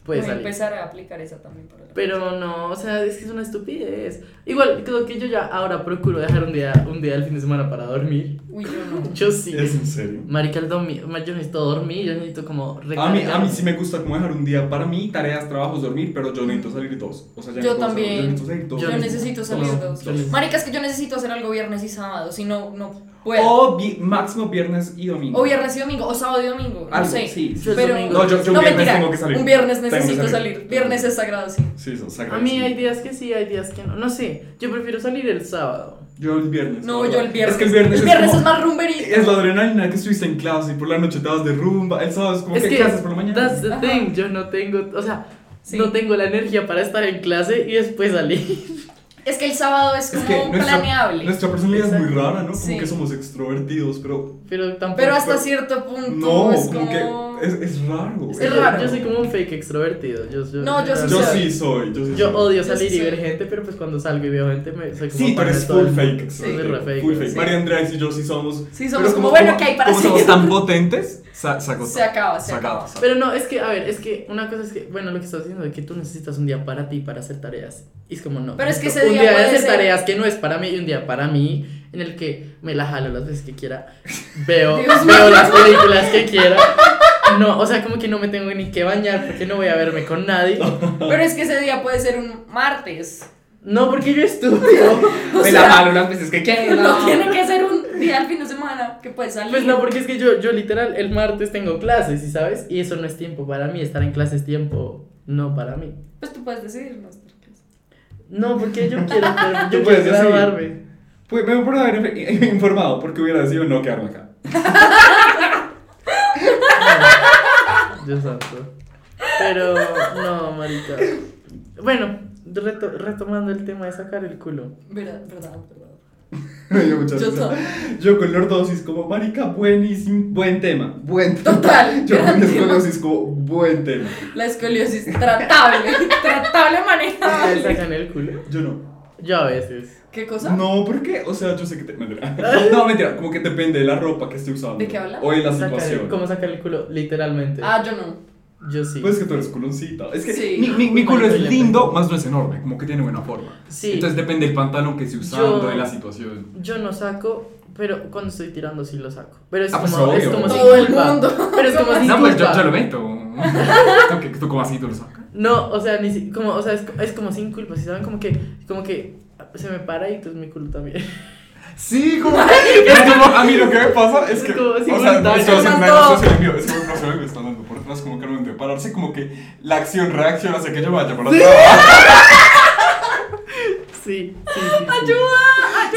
Speaker 3: Puedes
Speaker 4: Voy a
Speaker 3: salir.
Speaker 4: empezar a aplicar esa también para la
Speaker 3: Pero no, o sea, es que es una estupidez. Igual, creo que yo ya ahora procuro dejar un día, un día el fin de semana para dormir.
Speaker 4: Uy, yo no.
Speaker 3: Yo sí.
Speaker 2: ¿Es en serio?
Speaker 3: Marica, el domingo, ma- yo necesito dormir, yo necesito como
Speaker 2: A mí,
Speaker 3: recargar.
Speaker 2: a mí sí me gusta como dejar un día para mí, tareas, trabajos, dormir, pero yo necesito salir dos. O sea, ya
Speaker 4: Yo
Speaker 2: no puedo salir, Yo
Speaker 4: también.
Speaker 2: necesito salir dos.
Speaker 4: Yo necesito salir
Speaker 2: Dos,
Speaker 4: dos.
Speaker 2: dos.
Speaker 4: Marica, es que yo necesito hacer algo viernes y sábado, si no, no puedo.
Speaker 2: O vi- máximo viernes y domingo.
Speaker 4: O viernes y domingo, o sábado y domingo, no
Speaker 2: Algo,
Speaker 4: sé.
Speaker 2: sí, sí.
Speaker 3: Yo el
Speaker 4: Pero-
Speaker 3: domingo-
Speaker 2: No, yo, yo
Speaker 4: no,
Speaker 2: un viernes
Speaker 4: mentira,
Speaker 2: tengo que salir.
Speaker 4: un viernes
Speaker 2: Tengo que
Speaker 4: necesito salir. Viernes es sagrado, sí.
Speaker 2: Sí, son
Speaker 3: A
Speaker 2: sagrados.
Speaker 3: mí hay días que sí, hay días que no. No sé, yo prefiero salir el sábado.
Speaker 2: Yo el viernes.
Speaker 4: No,
Speaker 2: la
Speaker 4: yo
Speaker 2: verdad.
Speaker 4: el viernes.
Speaker 2: Es que el viernes, es,
Speaker 4: es,
Speaker 2: como-
Speaker 4: más rumberito.
Speaker 2: es la adrenalina que estuviste en clase y por la noche te vas de rumba. El sábado es como
Speaker 3: es
Speaker 2: que ¿qué haces por la mañana.
Speaker 3: that's the
Speaker 4: Ajá.
Speaker 3: thing, yo no tengo, o sea,
Speaker 4: Sí.
Speaker 3: no tengo la energía para estar en clase y después salir.
Speaker 4: Es que el sábado es
Speaker 2: Es
Speaker 4: como
Speaker 2: que nuestra,
Speaker 4: planeable.
Speaker 2: nuestra personalidad es muy
Speaker 3: Exacto.
Speaker 2: rara, ¿no? Como
Speaker 4: Sí.
Speaker 2: que somos extrovertidos, pero
Speaker 3: Pero tampoco.
Speaker 4: Pero hasta
Speaker 2: pero-
Speaker 4: cierto punto
Speaker 2: no,
Speaker 4: Mm, es
Speaker 2: como
Speaker 4: como.
Speaker 2: que es, es raro.
Speaker 4: Es
Speaker 3: Yo-
Speaker 2: güey.
Speaker 4: raro.
Speaker 3: Yo soy como un fake extrovertido. Yo, yo,
Speaker 4: No, yo sí
Speaker 2: Yo
Speaker 4: soy.
Speaker 2: sí soy, yo sí
Speaker 3: Yo
Speaker 2: soy.
Speaker 3: odio
Speaker 4: Yo
Speaker 3: salir
Speaker 4: sí
Speaker 3: y ver
Speaker 4: soy.
Speaker 3: gente, pero pues cuando salgo y veo gente, me, soy como.
Speaker 2: Sí, tú
Speaker 3: parte
Speaker 2: eres
Speaker 3: de todo el
Speaker 2: full
Speaker 3: mundo.
Speaker 2: fake.
Speaker 4: Sí,
Speaker 2: soy
Speaker 3: soy re fake,
Speaker 2: Full fake.
Speaker 4: sí.
Speaker 2: María Andrés y yo sí somos.
Speaker 4: Sí,
Speaker 2: pero
Speaker 4: somos como, bueno, ¿qué hay para
Speaker 2: como
Speaker 4: hacer?
Speaker 2: somos tan potentes, sa- se agota.
Speaker 4: Se acaba, se
Speaker 2: acaba,
Speaker 4: acaba.
Speaker 2: se acaba.
Speaker 3: Pero no, es que, a ver, es que una cosa es que, bueno, lo que estás diciendo es que tú necesitas un día para ti para hacer tareas. Y es como no.
Speaker 4: Pero es que
Speaker 3: necesito
Speaker 4: ese
Speaker 3: Un día
Speaker 4: día
Speaker 3: de
Speaker 4: puede
Speaker 3: hacer
Speaker 4: ser-
Speaker 3: tareas que no es para mí y un día para mí, en el que me la jalo las veces que quiera. Veo,
Speaker 4: Dios
Speaker 3: veo las películas que quiera. No, o sea, como que no me tengo ni que bañar porque no voy a verme con nadie.
Speaker 4: Pero es que ese día puede ser un martes.
Speaker 3: No, porque yo estudio.
Speaker 4: O
Speaker 2: Me
Speaker 4: sea,
Speaker 2: la jalo las veces que quiero.
Speaker 4: No tiene que ser un día al fin de semana que puede salir.
Speaker 3: Pues no, porque es que yo, yo literal el martes tengo clases, ¿sí sabes? Y eso no es tiempo para mí, estar en clase es tiempo no para mí.
Speaker 4: Pues tú puedes decidir, no estar en clase.
Speaker 3: No, porque yo quiero, yo
Speaker 2: Tú
Speaker 3: quiero
Speaker 2: puedes decir.
Speaker 3: graduarme.
Speaker 2: Pues me por haber informado porque hubiera decidido no quedarme acá.
Speaker 3: Dios santo. Pero no, marica. Bueno, reto- retomando el tema de sacar el culo.
Speaker 4: Verdad, verdad, verdad.
Speaker 2: Me dio mucha
Speaker 4: Yo
Speaker 2: risa.
Speaker 4: también.
Speaker 2: Yo con lordosis como marica, buenísimo, buen tema. Buen tema.
Speaker 4: Total,
Speaker 2: Yo
Speaker 4: gran
Speaker 2: con
Speaker 4: tema.
Speaker 2: escoliosis como buen tema.
Speaker 4: La escoliosis tratable, tratable
Speaker 3: ¿Ustedes
Speaker 4: manejable.
Speaker 3: sacan el culo?
Speaker 2: Yo no.
Speaker 3: Yo a veces.
Speaker 4: ¿Qué cosa?
Speaker 2: No, ¿por qué? O sea, yo sé que te. Mentira. No, mentira, como que depende de la ropa que esté usando.
Speaker 4: ¿De qué habla?
Speaker 2: O de la
Speaker 3: Sacar el-
Speaker 2: situación.
Speaker 3: ¿Cómo sacar el culo? Literalmente.
Speaker 4: Ah, yo no.
Speaker 3: Yo sí.
Speaker 2: Pues es que tú eres culoncita. Es que
Speaker 4: Sí.
Speaker 2: mi, mi- mi
Speaker 3: Uy,
Speaker 2: culo
Speaker 3: marica,
Speaker 2: es
Speaker 3: ya
Speaker 2: lindo,
Speaker 3: tengo.
Speaker 2: más no es enorme, como que tiene buena forma.
Speaker 3: Sí.
Speaker 2: Entonces depende del pantalón que esté usando,
Speaker 3: Yo-
Speaker 2: de la situación.
Speaker 3: Yo no saco, pero cuando estoy tirando sí lo saco. Pero es
Speaker 2: Ah, pues,
Speaker 3: como, es
Speaker 2: obvio.
Speaker 3: como sin
Speaker 4: Todo el
Speaker 3: culpa.
Speaker 4: mundo.
Speaker 3: Pero es como sin
Speaker 2: No, pues yo,
Speaker 3: culpa.
Speaker 2: yo lo meto. Tú que- ¿Tú como así tú lo sacas?
Speaker 3: No, o sea, ni si- como, o sea, es, es como sin culpa, si saben como que, como que se me para y entonces mi culo también.
Speaker 2: Sí, como es como a mí lo que me pasa es
Speaker 3: Es
Speaker 2: que
Speaker 3: como
Speaker 2: o
Speaker 3: si
Speaker 2: sea,
Speaker 3: voluntario.
Speaker 2: no estoy haciendo
Speaker 4: Tanto.
Speaker 2: nada, eso es el mío, es como no sé, me está dando por atrás como que no de pararse como que la acción reacción hace que yo vaya por atrás.
Speaker 3: Sí, sí,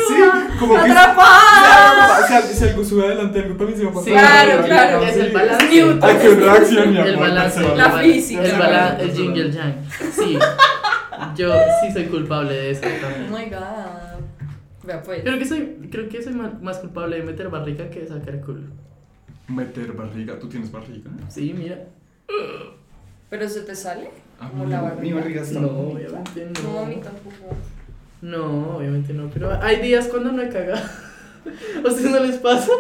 Speaker 2: Sí, como que
Speaker 4: ¡Atrapada!
Speaker 2: Claro, o sea, si algo sube adelante, algo también se va a pasar.
Speaker 3: Sí,
Speaker 4: Claro, claro,
Speaker 3: es el
Speaker 2: Sí.
Speaker 3: balance.
Speaker 4: Newton.
Speaker 2: Acción reacción, mi amor.
Speaker 3: El balance,
Speaker 2: se va a
Speaker 3: el
Speaker 4: la
Speaker 2: dar.
Speaker 3: balance,
Speaker 4: física.
Speaker 3: el balance, el jingle yang. Sí, yo sí soy culpable de eso
Speaker 4: Oh
Speaker 3: también.
Speaker 4: my god. Vea, pues.
Speaker 3: Creo que soy, creo que soy ma- más culpable de meter barrica que de sacar culo.
Speaker 2: Meter barriga, tú tienes barriga.
Speaker 3: Sí, mira.
Speaker 4: ¿Pero se te sale?
Speaker 2: Ah,
Speaker 4: Como la barriga.
Speaker 2: Mi barriga está
Speaker 3: No,
Speaker 2: bonita.
Speaker 3: obviamente
Speaker 4: No, a mí
Speaker 3: no.
Speaker 4: tampoco.
Speaker 3: No, obviamente no, pero hay días cuando no he cagado. ¿A ustedes no les pasa?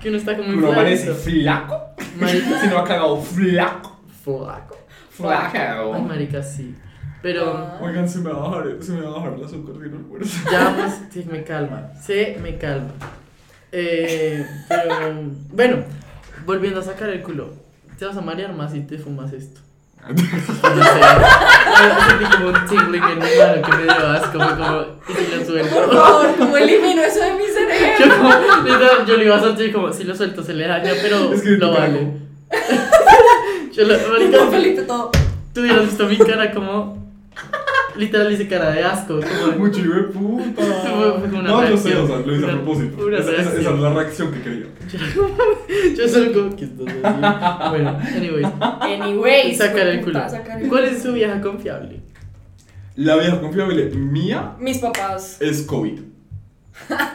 Speaker 3: Que uno está como
Speaker 2: Uno parece
Speaker 3: infladito.
Speaker 2: flaco.
Speaker 3: Marica.
Speaker 2: Si no ha cagado flaco.
Speaker 3: Flaco. Ay,
Speaker 2: Flaco.
Speaker 3: marica, sí. Pero
Speaker 4: Ah.
Speaker 2: Oigan, se me va a bajar, se me va a bajar la azúcar si no almuerzo.
Speaker 3: ya pues, sí, me calma. Se me calma. Eh, pero bueno, volviendo a sacar el culo. Te vas a marear más si te fumas esto. No sé. Ahora sentí como un tingling en mi mano que me dio asco. Fue como, y si lo
Speaker 4: Por
Speaker 3: suelto.
Speaker 4: favor, como elimino eso de mi cerebro.
Speaker 3: Yo, como, literal, yo lo iba a sentir como, si lo suelto se le daña, pero
Speaker 2: Es que
Speaker 3: lo
Speaker 2: te
Speaker 3: vale. yo lo,
Speaker 4: Con
Speaker 3: marica,
Speaker 4: Felipe todo.
Speaker 3: tú hubieras visto mi cara como, literal hice cara de asco. Como,
Speaker 2: Mucho hijo de puta.
Speaker 3: Fue- fue como una
Speaker 2: No, yo sé,
Speaker 3: reacción.
Speaker 2: o sea, lo hice a
Speaker 3: Una-
Speaker 2: propósito.
Speaker 3: una
Speaker 2: Esa, esa- esa es
Speaker 3: reacción.
Speaker 2: la reacción que quería.
Speaker 3: Yo solo como que estás así. Bueno, anyways.
Speaker 4: Anyways.
Speaker 3: sacar el culo.
Speaker 4: puta, sacar el
Speaker 3: ¿Cuál
Speaker 4: culo.
Speaker 3: es su vieja confiable?
Speaker 2: La vieja confiable mía
Speaker 4: Mis papás.
Speaker 2: es COVID.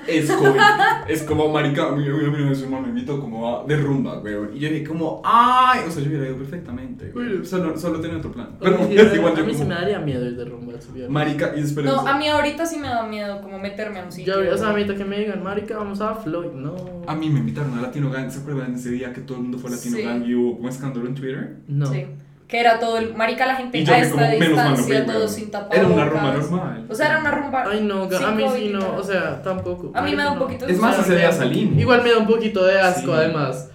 Speaker 2: Es COVID. es como, marica, mi mi- mi- mi- su hermano me invitó como a de rumba, weón. Y yo dije como, ay, o sea, yo hubiera ido perfectamente, weón. Solo, solo tenía otro plan. Pero
Speaker 3: Porque
Speaker 2: es
Speaker 3: si-
Speaker 2: igual
Speaker 3: a
Speaker 2: yo
Speaker 3: mí sí me
Speaker 2: como,
Speaker 3: daría miedo ir de rumba su vieja.
Speaker 2: marica, y esperemos.
Speaker 4: No, a mí ahorita sí me da miedo como meterme a un sitio.
Speaker 3: Yo, o sea, ahorita que me digan, marica, vamos a Floyd, no.
Speaker 2: A mí me invitaron a Latino Gang, ¿se acuerdan de ese día que todo el mundo fue a Latino
Speaker 4: Sí.
Speaker 2: Gang y hubo un escándalo en Twitter?
Speaker 3: No.
Speaker 4: Sí. Que era todo el. Marica, la gente
Speaker 2: Y yo
Speaker 4: a
Speaker 2: dije
Speaker 4: esta
Speaker 2: como, menos mal no fui,
Speaker 4: distancia,
Speaker 2: weón.
Speaker 4: todos sin tapabocas.
Speaker 2: Era una rumba normal.
Speaker 4: O sea, era una rumba.
Speaker 3: Ay, no,
Speaker 4: sin
Speaker 3: a mí
Speaker 4: COVID
Speaker 3: sí
Speaker 4: y
Speaker 3: no,
Speaker 4: tal.
Speaker 3: o sea, tampoco.
Speaker 4: A mí me da un
Speaker 3: Marica, no.
Speaker 4: poquito de
Speaker 2: Es más,
Speaker 4: miedo.
Speaker 2: ese día salimos.
Speaker 3: Igual me da un poquito de asco,
Speaker 2: Sí.
Speaker 3: además.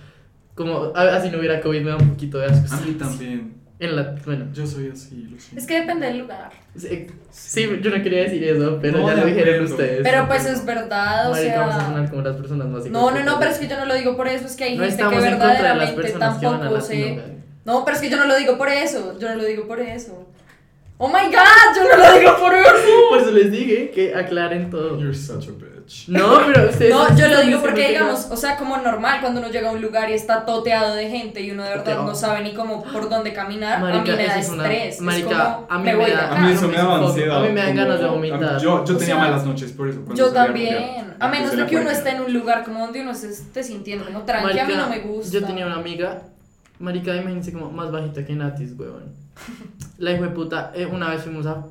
Speaker 3: Como, a- así no hubiera COVID, me da un poquito de asco.
Speaker 2: A mí también.
Speaker 3: En la, bueno,
Speaker 2: Yo soy así, lo siento.
Speaker 4: Es que depende del lugar.
Speaker 3: sí, eh, sí, yo no quería decir eso, pero
Speaker 2: No,
Speaker 3: ya
Speaker 2: de
Speaker 3: lo dijeron
Speaker 2: acuerdo.
Speaker 3: ustedes.
Speaker 4: Pero pues es verdad, o
Speaker 3: Marica,
Speaker 4: sea.
Speaker 3: vamos a sonar como las personas más
Speaker 4: No, no, no,
Speaker 3: hipócritas.
Speaker 4: pero es que yo no lo digo por eso, es que hay
Speaker 3: No
Speaker 4: gente que
Speaker 3: estamos en contra de las
Speaker 4: verdaderamente
Speaker 3: personas que van a
Speaker 4: tampoco
Speaker 3: la
Speaker 4: se...
Speaker 3: sinagoga.
Speaker 4: No, pero es que yo no lo digo por eso, yo no lo digo por eso. Oh my god, yo no lo digo por eso.
Speaker 3: Por eso les dije que aclaren todo.
Speaker 2: You're such a bitch.
Speaker 3: No, pero ustedes.
Speaker 4: No, yo lo digo
Speaker 3: ustedes
Speaker 4: porque
Speaker 3: siempre
Speaker 4: digamos, o sea, como normal cuando uno llega a un lugar y está toteado de gente y uno de verdad
Speaker 3: Toteado.
Speaker 4: no sabe ni cómo por dónde caminar, a mí
Speaker 3: Marica,
Speaker 4: me
Speaker 3: eso
Speaker 4: da
Speaker 3: es una-
Speaker 4: estrés. es
Speaker 3: marica,
Speaker 4: como,
Speaker 3: a mí
Speaker 4: me
Speaker 3: me
Speaker 4: voy de
Speaker 3: da-
Speaker 2: A mí
Speaker 4: acá.
Speaker 2: eso
Speaker 3: no
Speaker 2: me
Speaker 3: me
Speaker 2: daba
Speaker 3: sofoco.
Speaker 2: ansiedad.
Speaker 3: A mí me dan
Speaker 2: como-
Speaker 3: ganas de
Speaker 2: a-
Speaker 3: vomitar.
Speaker 2: Yo, yo
Speaker 4: O
Speaker 2: tenía
Speaker 4: sea,
Speaker 2: malas noches por eso. cuando
Speaker 4: Yo
Speaker 2: salía
Speaker 4: también.
Speaker 2: rumbear.
Speaker 4: A menos
Speaker 2: Empecé
Speaker 4: de
Speaker 2: la
Speaker 4: que uno
Speaker 2: cuarentena.
Speaker 4: esté en un lugar como donde uno se esté sintiendo como tranqui, a mí
Speaker 3: Marica,
Speaker 4: no me gusta.
Speaker 3: Yo tenía una amiga, Marica, imagínense como más bajita que Natis, huevón. La hijo de puta, eh, una vez fuimos a,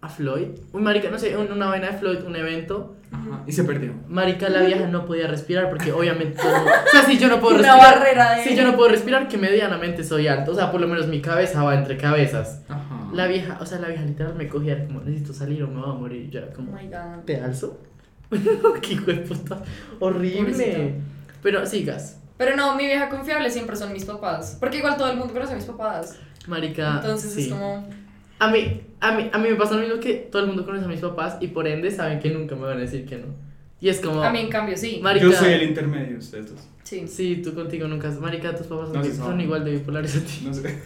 Speaker 3: a Floyd. Uy, Marica, no sé, un- una vaina de Floyd, un evento.
Speaker 2: Ajá, y se perdió.
Speaker 3: Marica, la vieja no podía respirar porque obviamente. todo- o sea, si yo no puedo
Speaker 4: Una
Speaker 3: respirar.
Speaker 4: barrera de-
Speaker 3: Si yo no puedo respirar, que medianamente soy alto. O sea, por lo menos mi cabeza va entre cabezas.
Speaker 2: Ajá.
Speaker 3: La vieja, o sea, la vieja literal me cogía era como, necesito salir o me voy a morir. Yo era
Speaker 4: Oh
Speaker 3: como,
Speaker 4: my god.
Speaker 3: ¿te alzo? Qué hijo de puta, horrible.
Speaker 4: Pobrecita.
Speaker 3: Pero sigas,
Speaker 4: Pero no, mi vieja confiable siempre son mis papás. Porque igual todo el mundo conoce a mis papás.
Speaker 3: marica.
Speaker 4: Entonces
Speaker 3: Ah, sí.
Speaker 4: es como.
Speaker 3: A mí, a mí, a mí me pasa lo mismo que todo el mundo conoce a mis papás y por ende saben que nunca me van a decir que no. Y es como,
Speaker 4: A mí en cambio sí.
Speaker 3: marica,
Speaker 2: Yo soy el intermedio, ustedes dos.
Speaker 4: Sí.
Speaker 3: sí, tú contigo nunca, marica, tus papás
Speaker 2: No se
Speaker 3: son,
Speaker 2: sabe.
Speaker 3: son igual de bipolares a ti.
Speaker 2: No sé.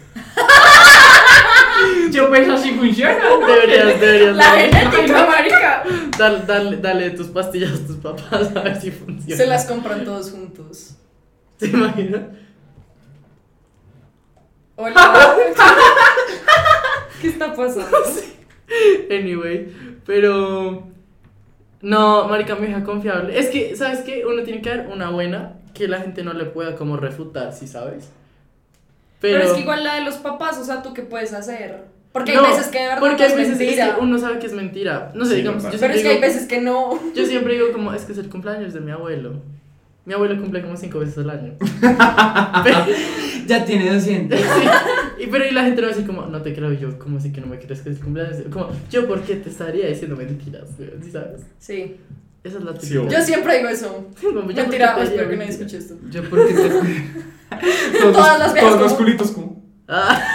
Speaker 3: Yo
Speaker 2: pues,
Speaker 3: pienso así funciona. Deberías, deberías.
Speaker 4: La
Speaker 3: darle-
Speaker 4: genética, marica.
Speaker 3: Dale, dale, dale tus pastillas a tus papás a ver si funciona.
Speaker 4: Se las compran todos juntos.
Speaker 3: ¿Te imaginas?
Speaker 4: Hola. ¿Qué está pasando?
Speaker 3: Anyway, pero no, marica, mi hija confiable. Es que, ¿sabes qué? Uno tiene que dar una buena que la gente no le pueda como refutar, si sabes?
Speaker 4: Pero... es que igual la de los papás, o sea, ¿tú qué puedes hacer? Porque hay
Speaker 3: No,
Speaker 4: veces que de verdad
Speaker 3: porque
Speaker 4: no es
Speaker 3: hay veces es
Speaker 4: mentira.
Speaker 3: que uno sabe que es mentira. No sé,
Speaker 2: Sí,
Speaker 3: digamos,
Speaker 2: verdad.
Speaker 3: yo
Speaker 4: Pero
Speaker 3: siempre,
Speaker 4: es que hay
Speaker 3: digo,
Speaker 4: veces que no.
Speaker 3: yo siempre digo como, es que es el cumpleaños de mi abuelo. Mi abuelo cumple como cinco veces al año. pero,
Speaker 2: Ya tiene 200.
Speaker 3: y, pero y la gente va a decir como, no te creo Y yo, como así que no me crees que es el cumpleaños? Como, yo, ¿por qué te estaría diciendo mentiras? weón? ¿Sí sabes?
Speaker 4: Sí.
Speaker 3: Esa es la
Speaker 2: Sí,
Speaker 3: típica.
Speaker 2: obvio.
Speaker 4: Yo siempre digo eso.
Speaker 3: Como, yo
Speaker 4: Mentira,
Speaker 3: porque te
Speaker 4: espero
Speaker 3: digo
Speaker 4: que nadie
Speaker 3: mentiras.
Speaker 4: escuche esto.
Speaker 2: Yo porque te... todos
Speaker 4: Todas las
Speaker 2: los,
Speaker 4: veces
Speaker 2: todos los
Speaker 4: como-
Speaker 2: culitos como...
Speaker 3: Ah,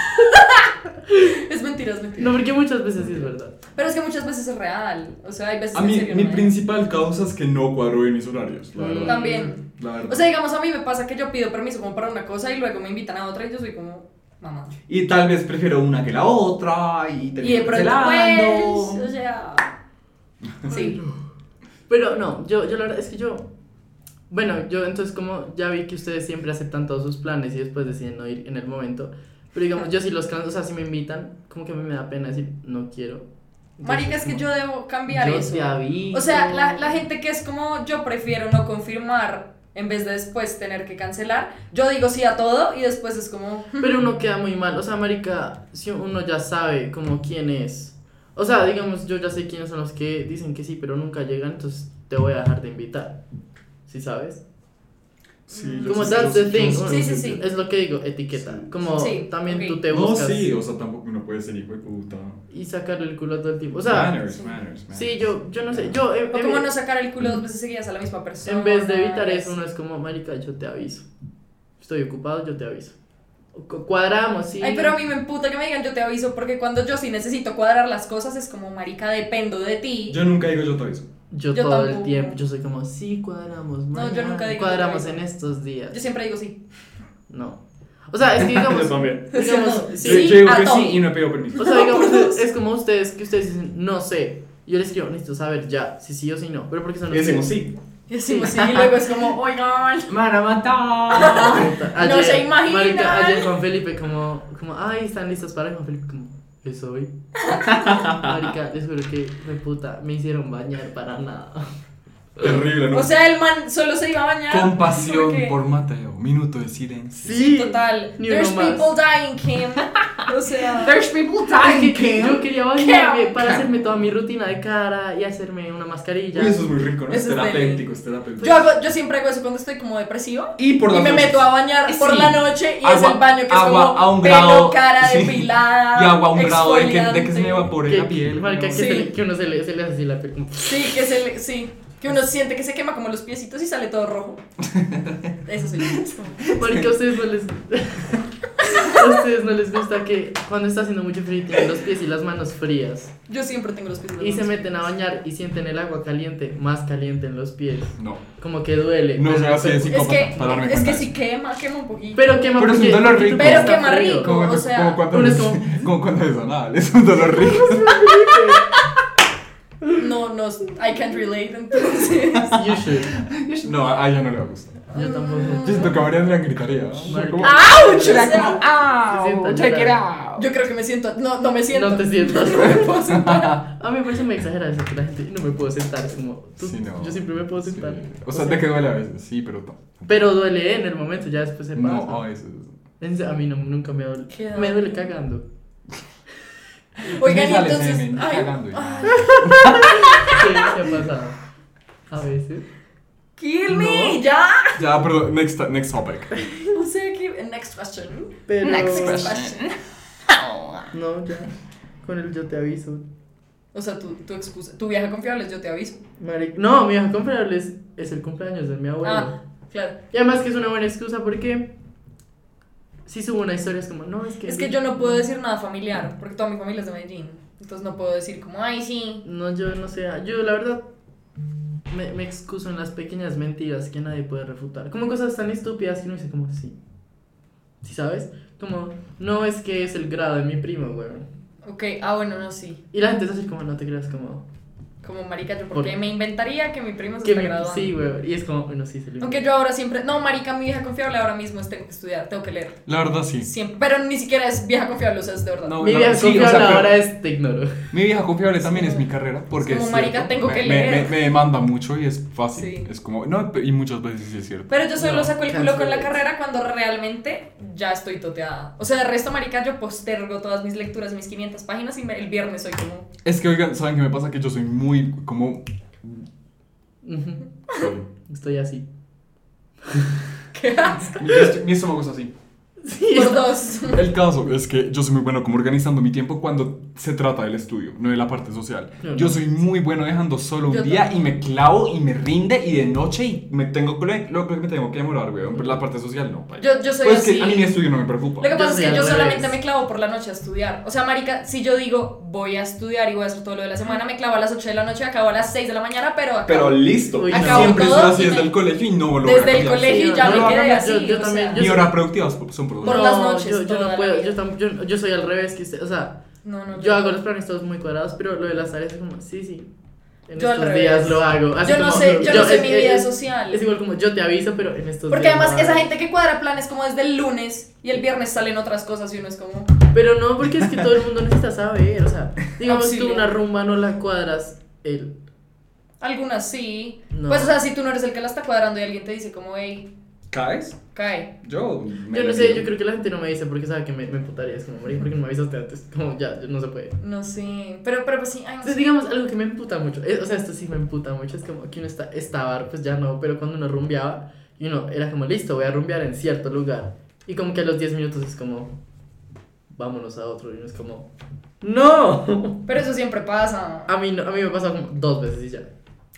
Speaker 4: Es mentira, es mentira.
Speaker 3: no, porque muchas veces sí es verdad.
Speaker 4: Pero es que muchas veces es real. O sea, hay veces
Speaker 2: A
Speaker 4: en
Speaker 2: mí,
Speaker 4: serio
Speaker 2: mi
Speaker 4: no es.
Speaker 2: principal causa es que no cuadro en mis horarios, la verdad.
Speaker 4: También.
Speaker 2: La verdad.
Speaker 4: O sea, digamos, a mí me pasa que yo pido permiso como para una cosa y luego me invitan a otra y yo soy como, mamá.
Speaker 2: y tal vez prefiero una que la otra y
Speaker 4: Y de
Speaker 2: termino
Speaker 4: pronto,
Speaker 2: cancelando.
Speaker 4: pues, o sea... Sí.
Speaker 3: Pero no, yo, yo la verdad es que yo. Bueno, yo entonces, como ya vi que ustedes siempre aceptan todos sus planes y después deciden no ir en el momento. Pero digamos, yo si los canso, o sea, si me invitan, como que a mí me da pena decir, no quiero.
Speaker 4: Marica, es que yo debo cambiar
Speaker 3: yo
Speaker 4: eso.
Speaker 3: te aviso.
Speaker 4: O sea, la, la gente que es como, yo prefiero no confirmar en vez de después tener que cancelar, yo digo sí a todo y después es como...
Speaker 3: Pero uno queda muy mal. O sea, Marica, si uno ya sabe como quién es. O sea, digamos, yo ya sé quiénes son los que dicen que sí, pero nunca llegan, entonces te voy a dejar de invitar. ¿Sí sabes?
Speaker 2: Sí, yo
Speaker 3: Como
Speaker 2: sé,
Speaker 3: that's
Speaker 2: yo-
Speaker 3: the
Speaker 2: yo
Speaker 3: thing,
Speaker 2: sé
Speaker 3: uno-
Speaker 2: que
Speaker 4: Sí, sí, sí.
Speaker 2: entiendo.
Speaker 3: Es lo que digo, etiqueta.
Speaker 2: Sí.
Speaker 3: Como
Speaker 4: Sí,
Speaker 3: también
Speaker 4: ok.
Speaker 3: tú te
Speaker 2: No,
Speaker 3: buscas
Speaker 2: sí, o sea, tampoco uno puede ser hijo de puta.
Speaker 3: y sacarle el culo a todo el tiempo. O sea,
Speaker 2: manners,
Speaker 4: sí.
Speaker 2: manners, manners. Ah.
Speaker 3: sí, yo, yo no sé. Yo, en,
Speaker 4: O
Speaker 3: en
Speaker 4: como
Speaker 3: vez-
Speaker 4: no sacar el culo dos veces seguidas a la misma persona.
Speaker 3: en vez de evitar eso, uno es como, marica, yo te aviso. Estoy ocupado, yo te aviso. Cu- Cuadramos, sí.
Speaker 4: Ay, pero a mí me emputa que me digan yo te aviso porque cuando yo sí necesito cuadrar las cosas es como marica, dependo de ti.
Speaker 2: Yo nunca digo yo te aviso.
Speaker 3: Yo,
Speaker 4: Yo
Speaker 3: todo el
Speaker 4: tampoco.
Speaker 3: tiempo, yo soy como, sí, cuadramos.
Speaker 4: No, yo
Speaker 3: mañana,
Speaker 4: nunca digo
Speaker 3: Cuadramos
Speaker 4: que
Speaker 3: en
Speaker 4: no.
Speaker 3: estos días.
Speaker 4: Yo siempre digo sí.
Speaker 3: No. O sea, es que digamos.
Speaker 2: Yo también.
Speaker 3: digamos,
Speaker 4: No,
Speaker 3: sí,
Speaker 2: yo, yo digo
Speaker 4: a
Speaker 2: que
Speaker 4: todo.
Speaker 2: sí y no he pedido permiso.
Speaker 3: O sea, digamos,
Speaker 4: Por dos.
Speaker 3: es, como ustedes, que ustedes dicen, no sé. Yo les escribo, necesito saber ya, si sí o si no. Pero porque son
Speaker 2: Y decimos
Speaker 3: ustedes.
Speaker 2: sí.
Speaker 4: Y decimos sí, y luego es como, oigan.
Speaker 2: Mara matar.
Speaker 3: Ayer,
Speaker 4: No se imaginan.
Speaker 3: marica, ayer Juan Felipe, como, como, ay, están listos para Juan Felipe, como, ¿es hoy? Marica, les juro que, me puta, me hicieron bañar para nada.
Speaker 2: Terrible, ¿no?
Speaker 4: O sea, el man solo se iba a bañar.
Speaker 2: Compasión
Speaker 4: porque-
Speaker 2: por Mateo. Minuto de silencio.
Speaker 4: Sí, total.
Speaker 3: Ni
Speaker 4: There's
Speaker 3: uno más.
Speaker 4: people dying, Kim. O sea.
Speaker 2: There's people
Speaker 3: Es que yo quería bañarme
Speaker 4: Cam,
Speaker 3: para
Speaker 2: cam.
Speaker 3: hacerme toda mi rutina de cara y hacerme una mascarilla.
Speaker 2: Uy, eso es muy rico, ¿no? Es
Speaker 4: Eso es
Speaker 2: terapéutico, es terapéutico.
Speaker 4: Yo,
Speaker 3: Pues.
Speaker 4: hago, yo siempre hago eso cuando estoy como depresiva.
Speaker 2: y por
Speaker 4: y
Speaker 2: las
Speaker 4: me
Speaker 2: noches.
Speaker 4: meto a bañar por
Speaker 2: Sí.
Speaker 4: la noche y es
Speaker 2: Agua-
Speaker 4: el baño que
Speaker 2: agua
Speaker 4: es como
Speaker 2: a un
Speaker 4: pelo,
Speaker 2: grado,
Speaker 4: cara
Speaker 2: sí.
Speaker 4: depilada.
Speaker 2: Y agua a un grado de que, de que se me
Speaker 4: exfoliante.
Speaker 2: evapore
Speaker 3: que,
Speaker 2: la piel.
Speaker 3: marica, que,
Speaker 2: ¿no?
Speaker 4: Sí.
Speaker 3: se le- que uno se le, se le hace así la piel, como,
Speaker 4: Sí, que se le- sí. Que uno siente que se quema como los piecitos y sale todo rojo. Eso sí.
Speaker 3: Marica, a ustedes no les. a ustedes no les gusta que cuando está haciendo mucho frío tienen los pies y las manos frías.
Speaker 4: Yo siempre tengo los pies
Speaker 3: Y se
Speaker 4: rojos.
Speaker 3: meten a bañar y sienten el agua caliente, más caliente en los pies.
Speaker 2: No.
Speaker 3: Como que duele.
Speaker 2: No
Speaker 3: pero-
Speaker 2: sea así de
Speaker 3: pero-
Speaker 4: Es
Speaker 2: psicópata,
Speaker 4: que,
Speaker 2: para darme
Speaker 4: es
Speaker 2: cuenta
Speaker 4: que
Speaker 2: de
Speaker 4: si
Speaker 2: eso.
Speaker 4: quema, quema un poquito.
Speaker 3: Pero quema
Speaker 2: Pero es un
Speaker 3: porque-
Speaker 2: dolor
Speaker 3: porque
Speaker 2: rico.
Speaker 3: tú
Speaker 2: Pero
Speaker 3: estás
Speaker 4: quema
Speaker 3: frío.
Speaker 4: rico.
Speaker 2: Como,
Speaker 4: o sea,
Speaker 2: como cuando
Speaker 3: uno es
Speaker 2: es
Speaker 3: como-
Speaker 2: como cuando es anal, es un dolor rico.
Speaker 4: No, no, I can't relate, entonces.
Speaker 3: You should.
Speaker 2: No, a a ella no le va a gustar.
Speaker 3: Yo tampoco.
Speaker 2: Yo siento que a Mariana le gritaría.
Speaker 3: Marica.
Speaker 2: Como-
Speaker 4: ¡Auch!
Speaker 2: Era
Speaker 4: O
Speaker 2: como,
Speaker 4: sea,
Speaker 3: sienta
Speaker 2: "Ow, check it
Speaker 3: llorar".
Speaker 2: out.
Speaker 4: yo creo que me siento. No, no me siento.
Speaker 3: No te sientas.
Speaker 4: No me puedo sentar.
Speaker 3: A mí me parece muy exagerado eso que la gente no me puedo sentar. Es como. tú-
Speaker 2: Sí, no.
Speaker 3: Yo siempre me puedo
Speaker 2: Sí.
Speaker 3: sentar.
Speaker 2: O sea, te quedó a veces, sí, pero no.
Speaker 3: Pero duele ¿eh? en el momento, ya después se pasa.
Speaker 2: No, a veces.
Speaker 3: En serio, A mí no, nunca me duele.
Speaker 4: Qué
Speaker 3: Me
Speaker 4: daño.
Speaker 3: duele cagando.
Speaker 4: Oigan, y
Speaker 2: Sale
Speaker 4: entonces.
Speaker 2: semen, cagando
Speaker 4: Ay,
Speaker 2: y-
Speaker 4: ay,
Speaker 3: ¿Qué te ha pasado? A veces.
Speaker 4: kill me,
Speaker 3: No.
Speaker 4: ya.
Speaker 2: Ya, pero next, next topic.
Speaker 4: O sea, que. Next question.
Speaker 3: Pero...
Speaker 4: Next question.
Speaker 3: No, ya. Con el yo te aviso.
Speaker 4: O sea, tu, tu excusa. Tu viaje confiable es yo te aviso.
Speaker 3: Mari- No, mi hija comprarles es el cumpleaños de mi abuelo.
Speaker 4: Ah, claro.
Speaker 3: Y además que es una buena excusa porque si subo una historia es como, no, es que...
Speaker 4: Es que yo no puedo decir nada familiar, porque toda mi familia es de Medellín. Entonces no puedo decir como, ay, sí.
Speaker 3: No, yo no sé. ah, Yo la verdad me, me excuso en las pequeñas mentiras que nadie puede refutar. Como cosas tan estúpidas que uno dice como, sí. ¿Sí sabes? Como, no es que es el grado de mi primo, weón.
Speaker 4: Ok, ah, bueno, no, sí.
Speaker 3: Y la gente es así como, no te creas como...
Speaker 4: Como marica, yo
Speaker 3: Por-
Speaker 4: porque me inventaría que mi primo se
Speaker 3: Que
Speaker 4: está
Speaker 3: mi-
Speaker 4: graduando.
Speaker 3: sí, weón. Y es como, bueno, sí, se lo
Speaker 4: Aunque yo ahora siempre, no, marica, mi vieja confiable ahora mismo es tengo que estudiar, tengo que leer.
Speaker 2: La verdad, sí.
Speaker 4: Siempre, pero ni siquiera es vieja confiable, o sea, es de verdad.
Speaker 2: No,
Speaker 3: Mi
Speaker 2: no,
Speaker 3: vida
Speaker 2: sí, o sea, pero-
Speaker 3: ahora es tecnólogo.
Speaker 2: Mi vieja confiable también
Speaker 4: Sí.
Speaker 2: es mi carrera, porque
Speaker 4: Es como,
Speaker 2: es
Speaker 4: marica,
Speaker 2: cierto,
Speaker 4: tengo
Speaker 2: me,
Speaker 4: que
Speaker 2: me-
Speaker 4: leer.
Speaker 2: Me, me demanda mucho y es fácil.
Speaker 4: Sí.
Speaker 2: Es como, no, y muchas veces sí es cierto.
Speaker 4: Pero yo solo
Speaker 3: No,
Speaker 4: saco el culo con la
Speaker 3: cancel.
Speaker 4: carrera cuando realmente ya estoy toteada. O sea, de resto, marica, yo postergo todas mis lecturas, mis 500 páginas y me- el viernes soy como,
Speaker 2: Es que, oigan, ¿saben qué me pasa? Que yo soy muy, como...
Speaker 3: Ujú.
Speaker 2: soy.
Speaker 3: Estoy así.
Speaker 4: ¿qué haces?
Speaker 2: Mi- yo estoy- mi estómago es así.
Speaker 3: Sí.
Speaker 4: Por dos.
Speaker 2: El caso es que yo soy muy bueno como organizando mi tiempo cuando se trata del estudio, no de la parte social.
Speaker 3: Claro.
Speaker 2: Yo soy muy bueno dejando solo un
Speaker 4: Yo
Speaker 2: día
Speaker 4: también.
Speaker 2: y me clavo y me rinde y de noche y me tengo que lo creo que me tengo que demorar, weón, pero la parte social no. paila.
Speaker 4: Yo, yo soy
Speaker 2: pues
Speaker 4: así.
Speaker 2: que a mí mi estudio no me preocupa.
Speaker 4: Lo que
Speaker 3: Yo
Speaker 4: pasa
Speaker 3: soy
Speaker 4: es que
Speaker 3: al
Speaker 4: yo
Speaker 3: revés.
Speaker 4: solamente me clavo por la noche a estudiar. O sea, marica, si yo digo voy a estudiar y voy a hacer todo lo de la semana, me clavo a las 8 de la noche, acabo a las 6 de la mañana, pero acabo.
Speaker 2: Pero listo,
Speaker 3: Uy,
Speaker 4: Acabo
Speaker 2: siempre
Speaker 4: todo
Speaker 2: soy así
Speaker 4: y
Speaker 2: desde
Speaker 4: me-
Speaker 2: el colegio y no lo voy a
Speaker 4: desde el
Speaker 2: cambiar.
Speaker 4: colegio
Speaker 3: Sí,
Speaker 4: ya
Speaker 2: no,
Speaker 4: me
Speaker 2: no,
Speaker 4: quedé
Speaker 3: no,
Speaker 4: así.
Speaker 3: yo- yo
Speaker 4: o
Speaker 3: también,
Speaker 4: sea,
Speaker 3: yo-
Speaker 2: Mi hora productiva es- son
Speaker 4: Por
Speaker 2: productivas.
Speaker 4: las noches,
Speaker 3: Yo, yo
Speaker 4: toda
Speaker 3: no
Speaker 4: la
Speaker 3: puedo,
Speaker 4: vida.
Speaker 3: yo, tam- yo, yo soy al revés que usted, o sea,
Speaker 4: no, no,
Speaker 3: yo hago los planes todos muy cuadrados, pero lo de las tareas es como, sí, sí. En
Speaker 4: Yo al
Speaker 3: estos
Speaker 4: revés.
Speaker 3: días lo hago. Así
Speaker 4: Yo no
Speaker 3: como-
Speaker 4: sé, yo no sé
Speaker 3: es-
Speaker 4: mi
Speaker 3: es-
Speaker 4: vida
Speaker 3: es-
Speaker 4: social.
Speaker 3: eh, Es igual como yo te aviso, pero en estos
Speaker 4: Porque
Speaker 3: días.
Speaker 4: además
Speaker 3: lo
Speaker 4: esa
Speaker 3: hago.
Speaker 4: gente que cuadra planes como desde el lunes y el viernes salen otras cosas y uno es como,
Speaker 3: Pero no, porque es que todo el mundo necesita saber, o sea, digamos tú
Speaker 4: Auxilio.
Speaker 3: una rumba no la cuadras el
Speaker 4: algunas sí.
Speaker 3: No.
Speaker 4: Pues o sea, si tú no eres el que la está cuadrando y alguien te dice como, hey,
Speaker 2: ¿Caes?
Speaker 4: Cae.
Speaker 2: Yo. me
Speaker 3: Yo no sé,
Speaker 2: retiro.
Speaker 3: yo creo que la gente no me dice porque sabe que me, me emputaría. Es como, marica, ¿por qué no me avisaste antes? Como, ya, no se puede.
Speaker 4: No sé. Pero, pero pues sí. Ay, no
Speaker 3: Entonces,
Speaker 4: sé.
Speaker 3: digamos, algo que me emputa mucho, eh, o sea, esto sí me emputa mucho, es como que uno está, estaba, pues ya no, pero cuando uno rumbeaba, y uno era como, listo, voy a rumbear en cierto lugar, y como que a los 10 minutos es como, vámonos a otro, y uno es como, ¡no!
Speaker 4: Pero eso siempre pasa.
Speaker 3: A mí, no, a mí me pasa como dos veces y ya.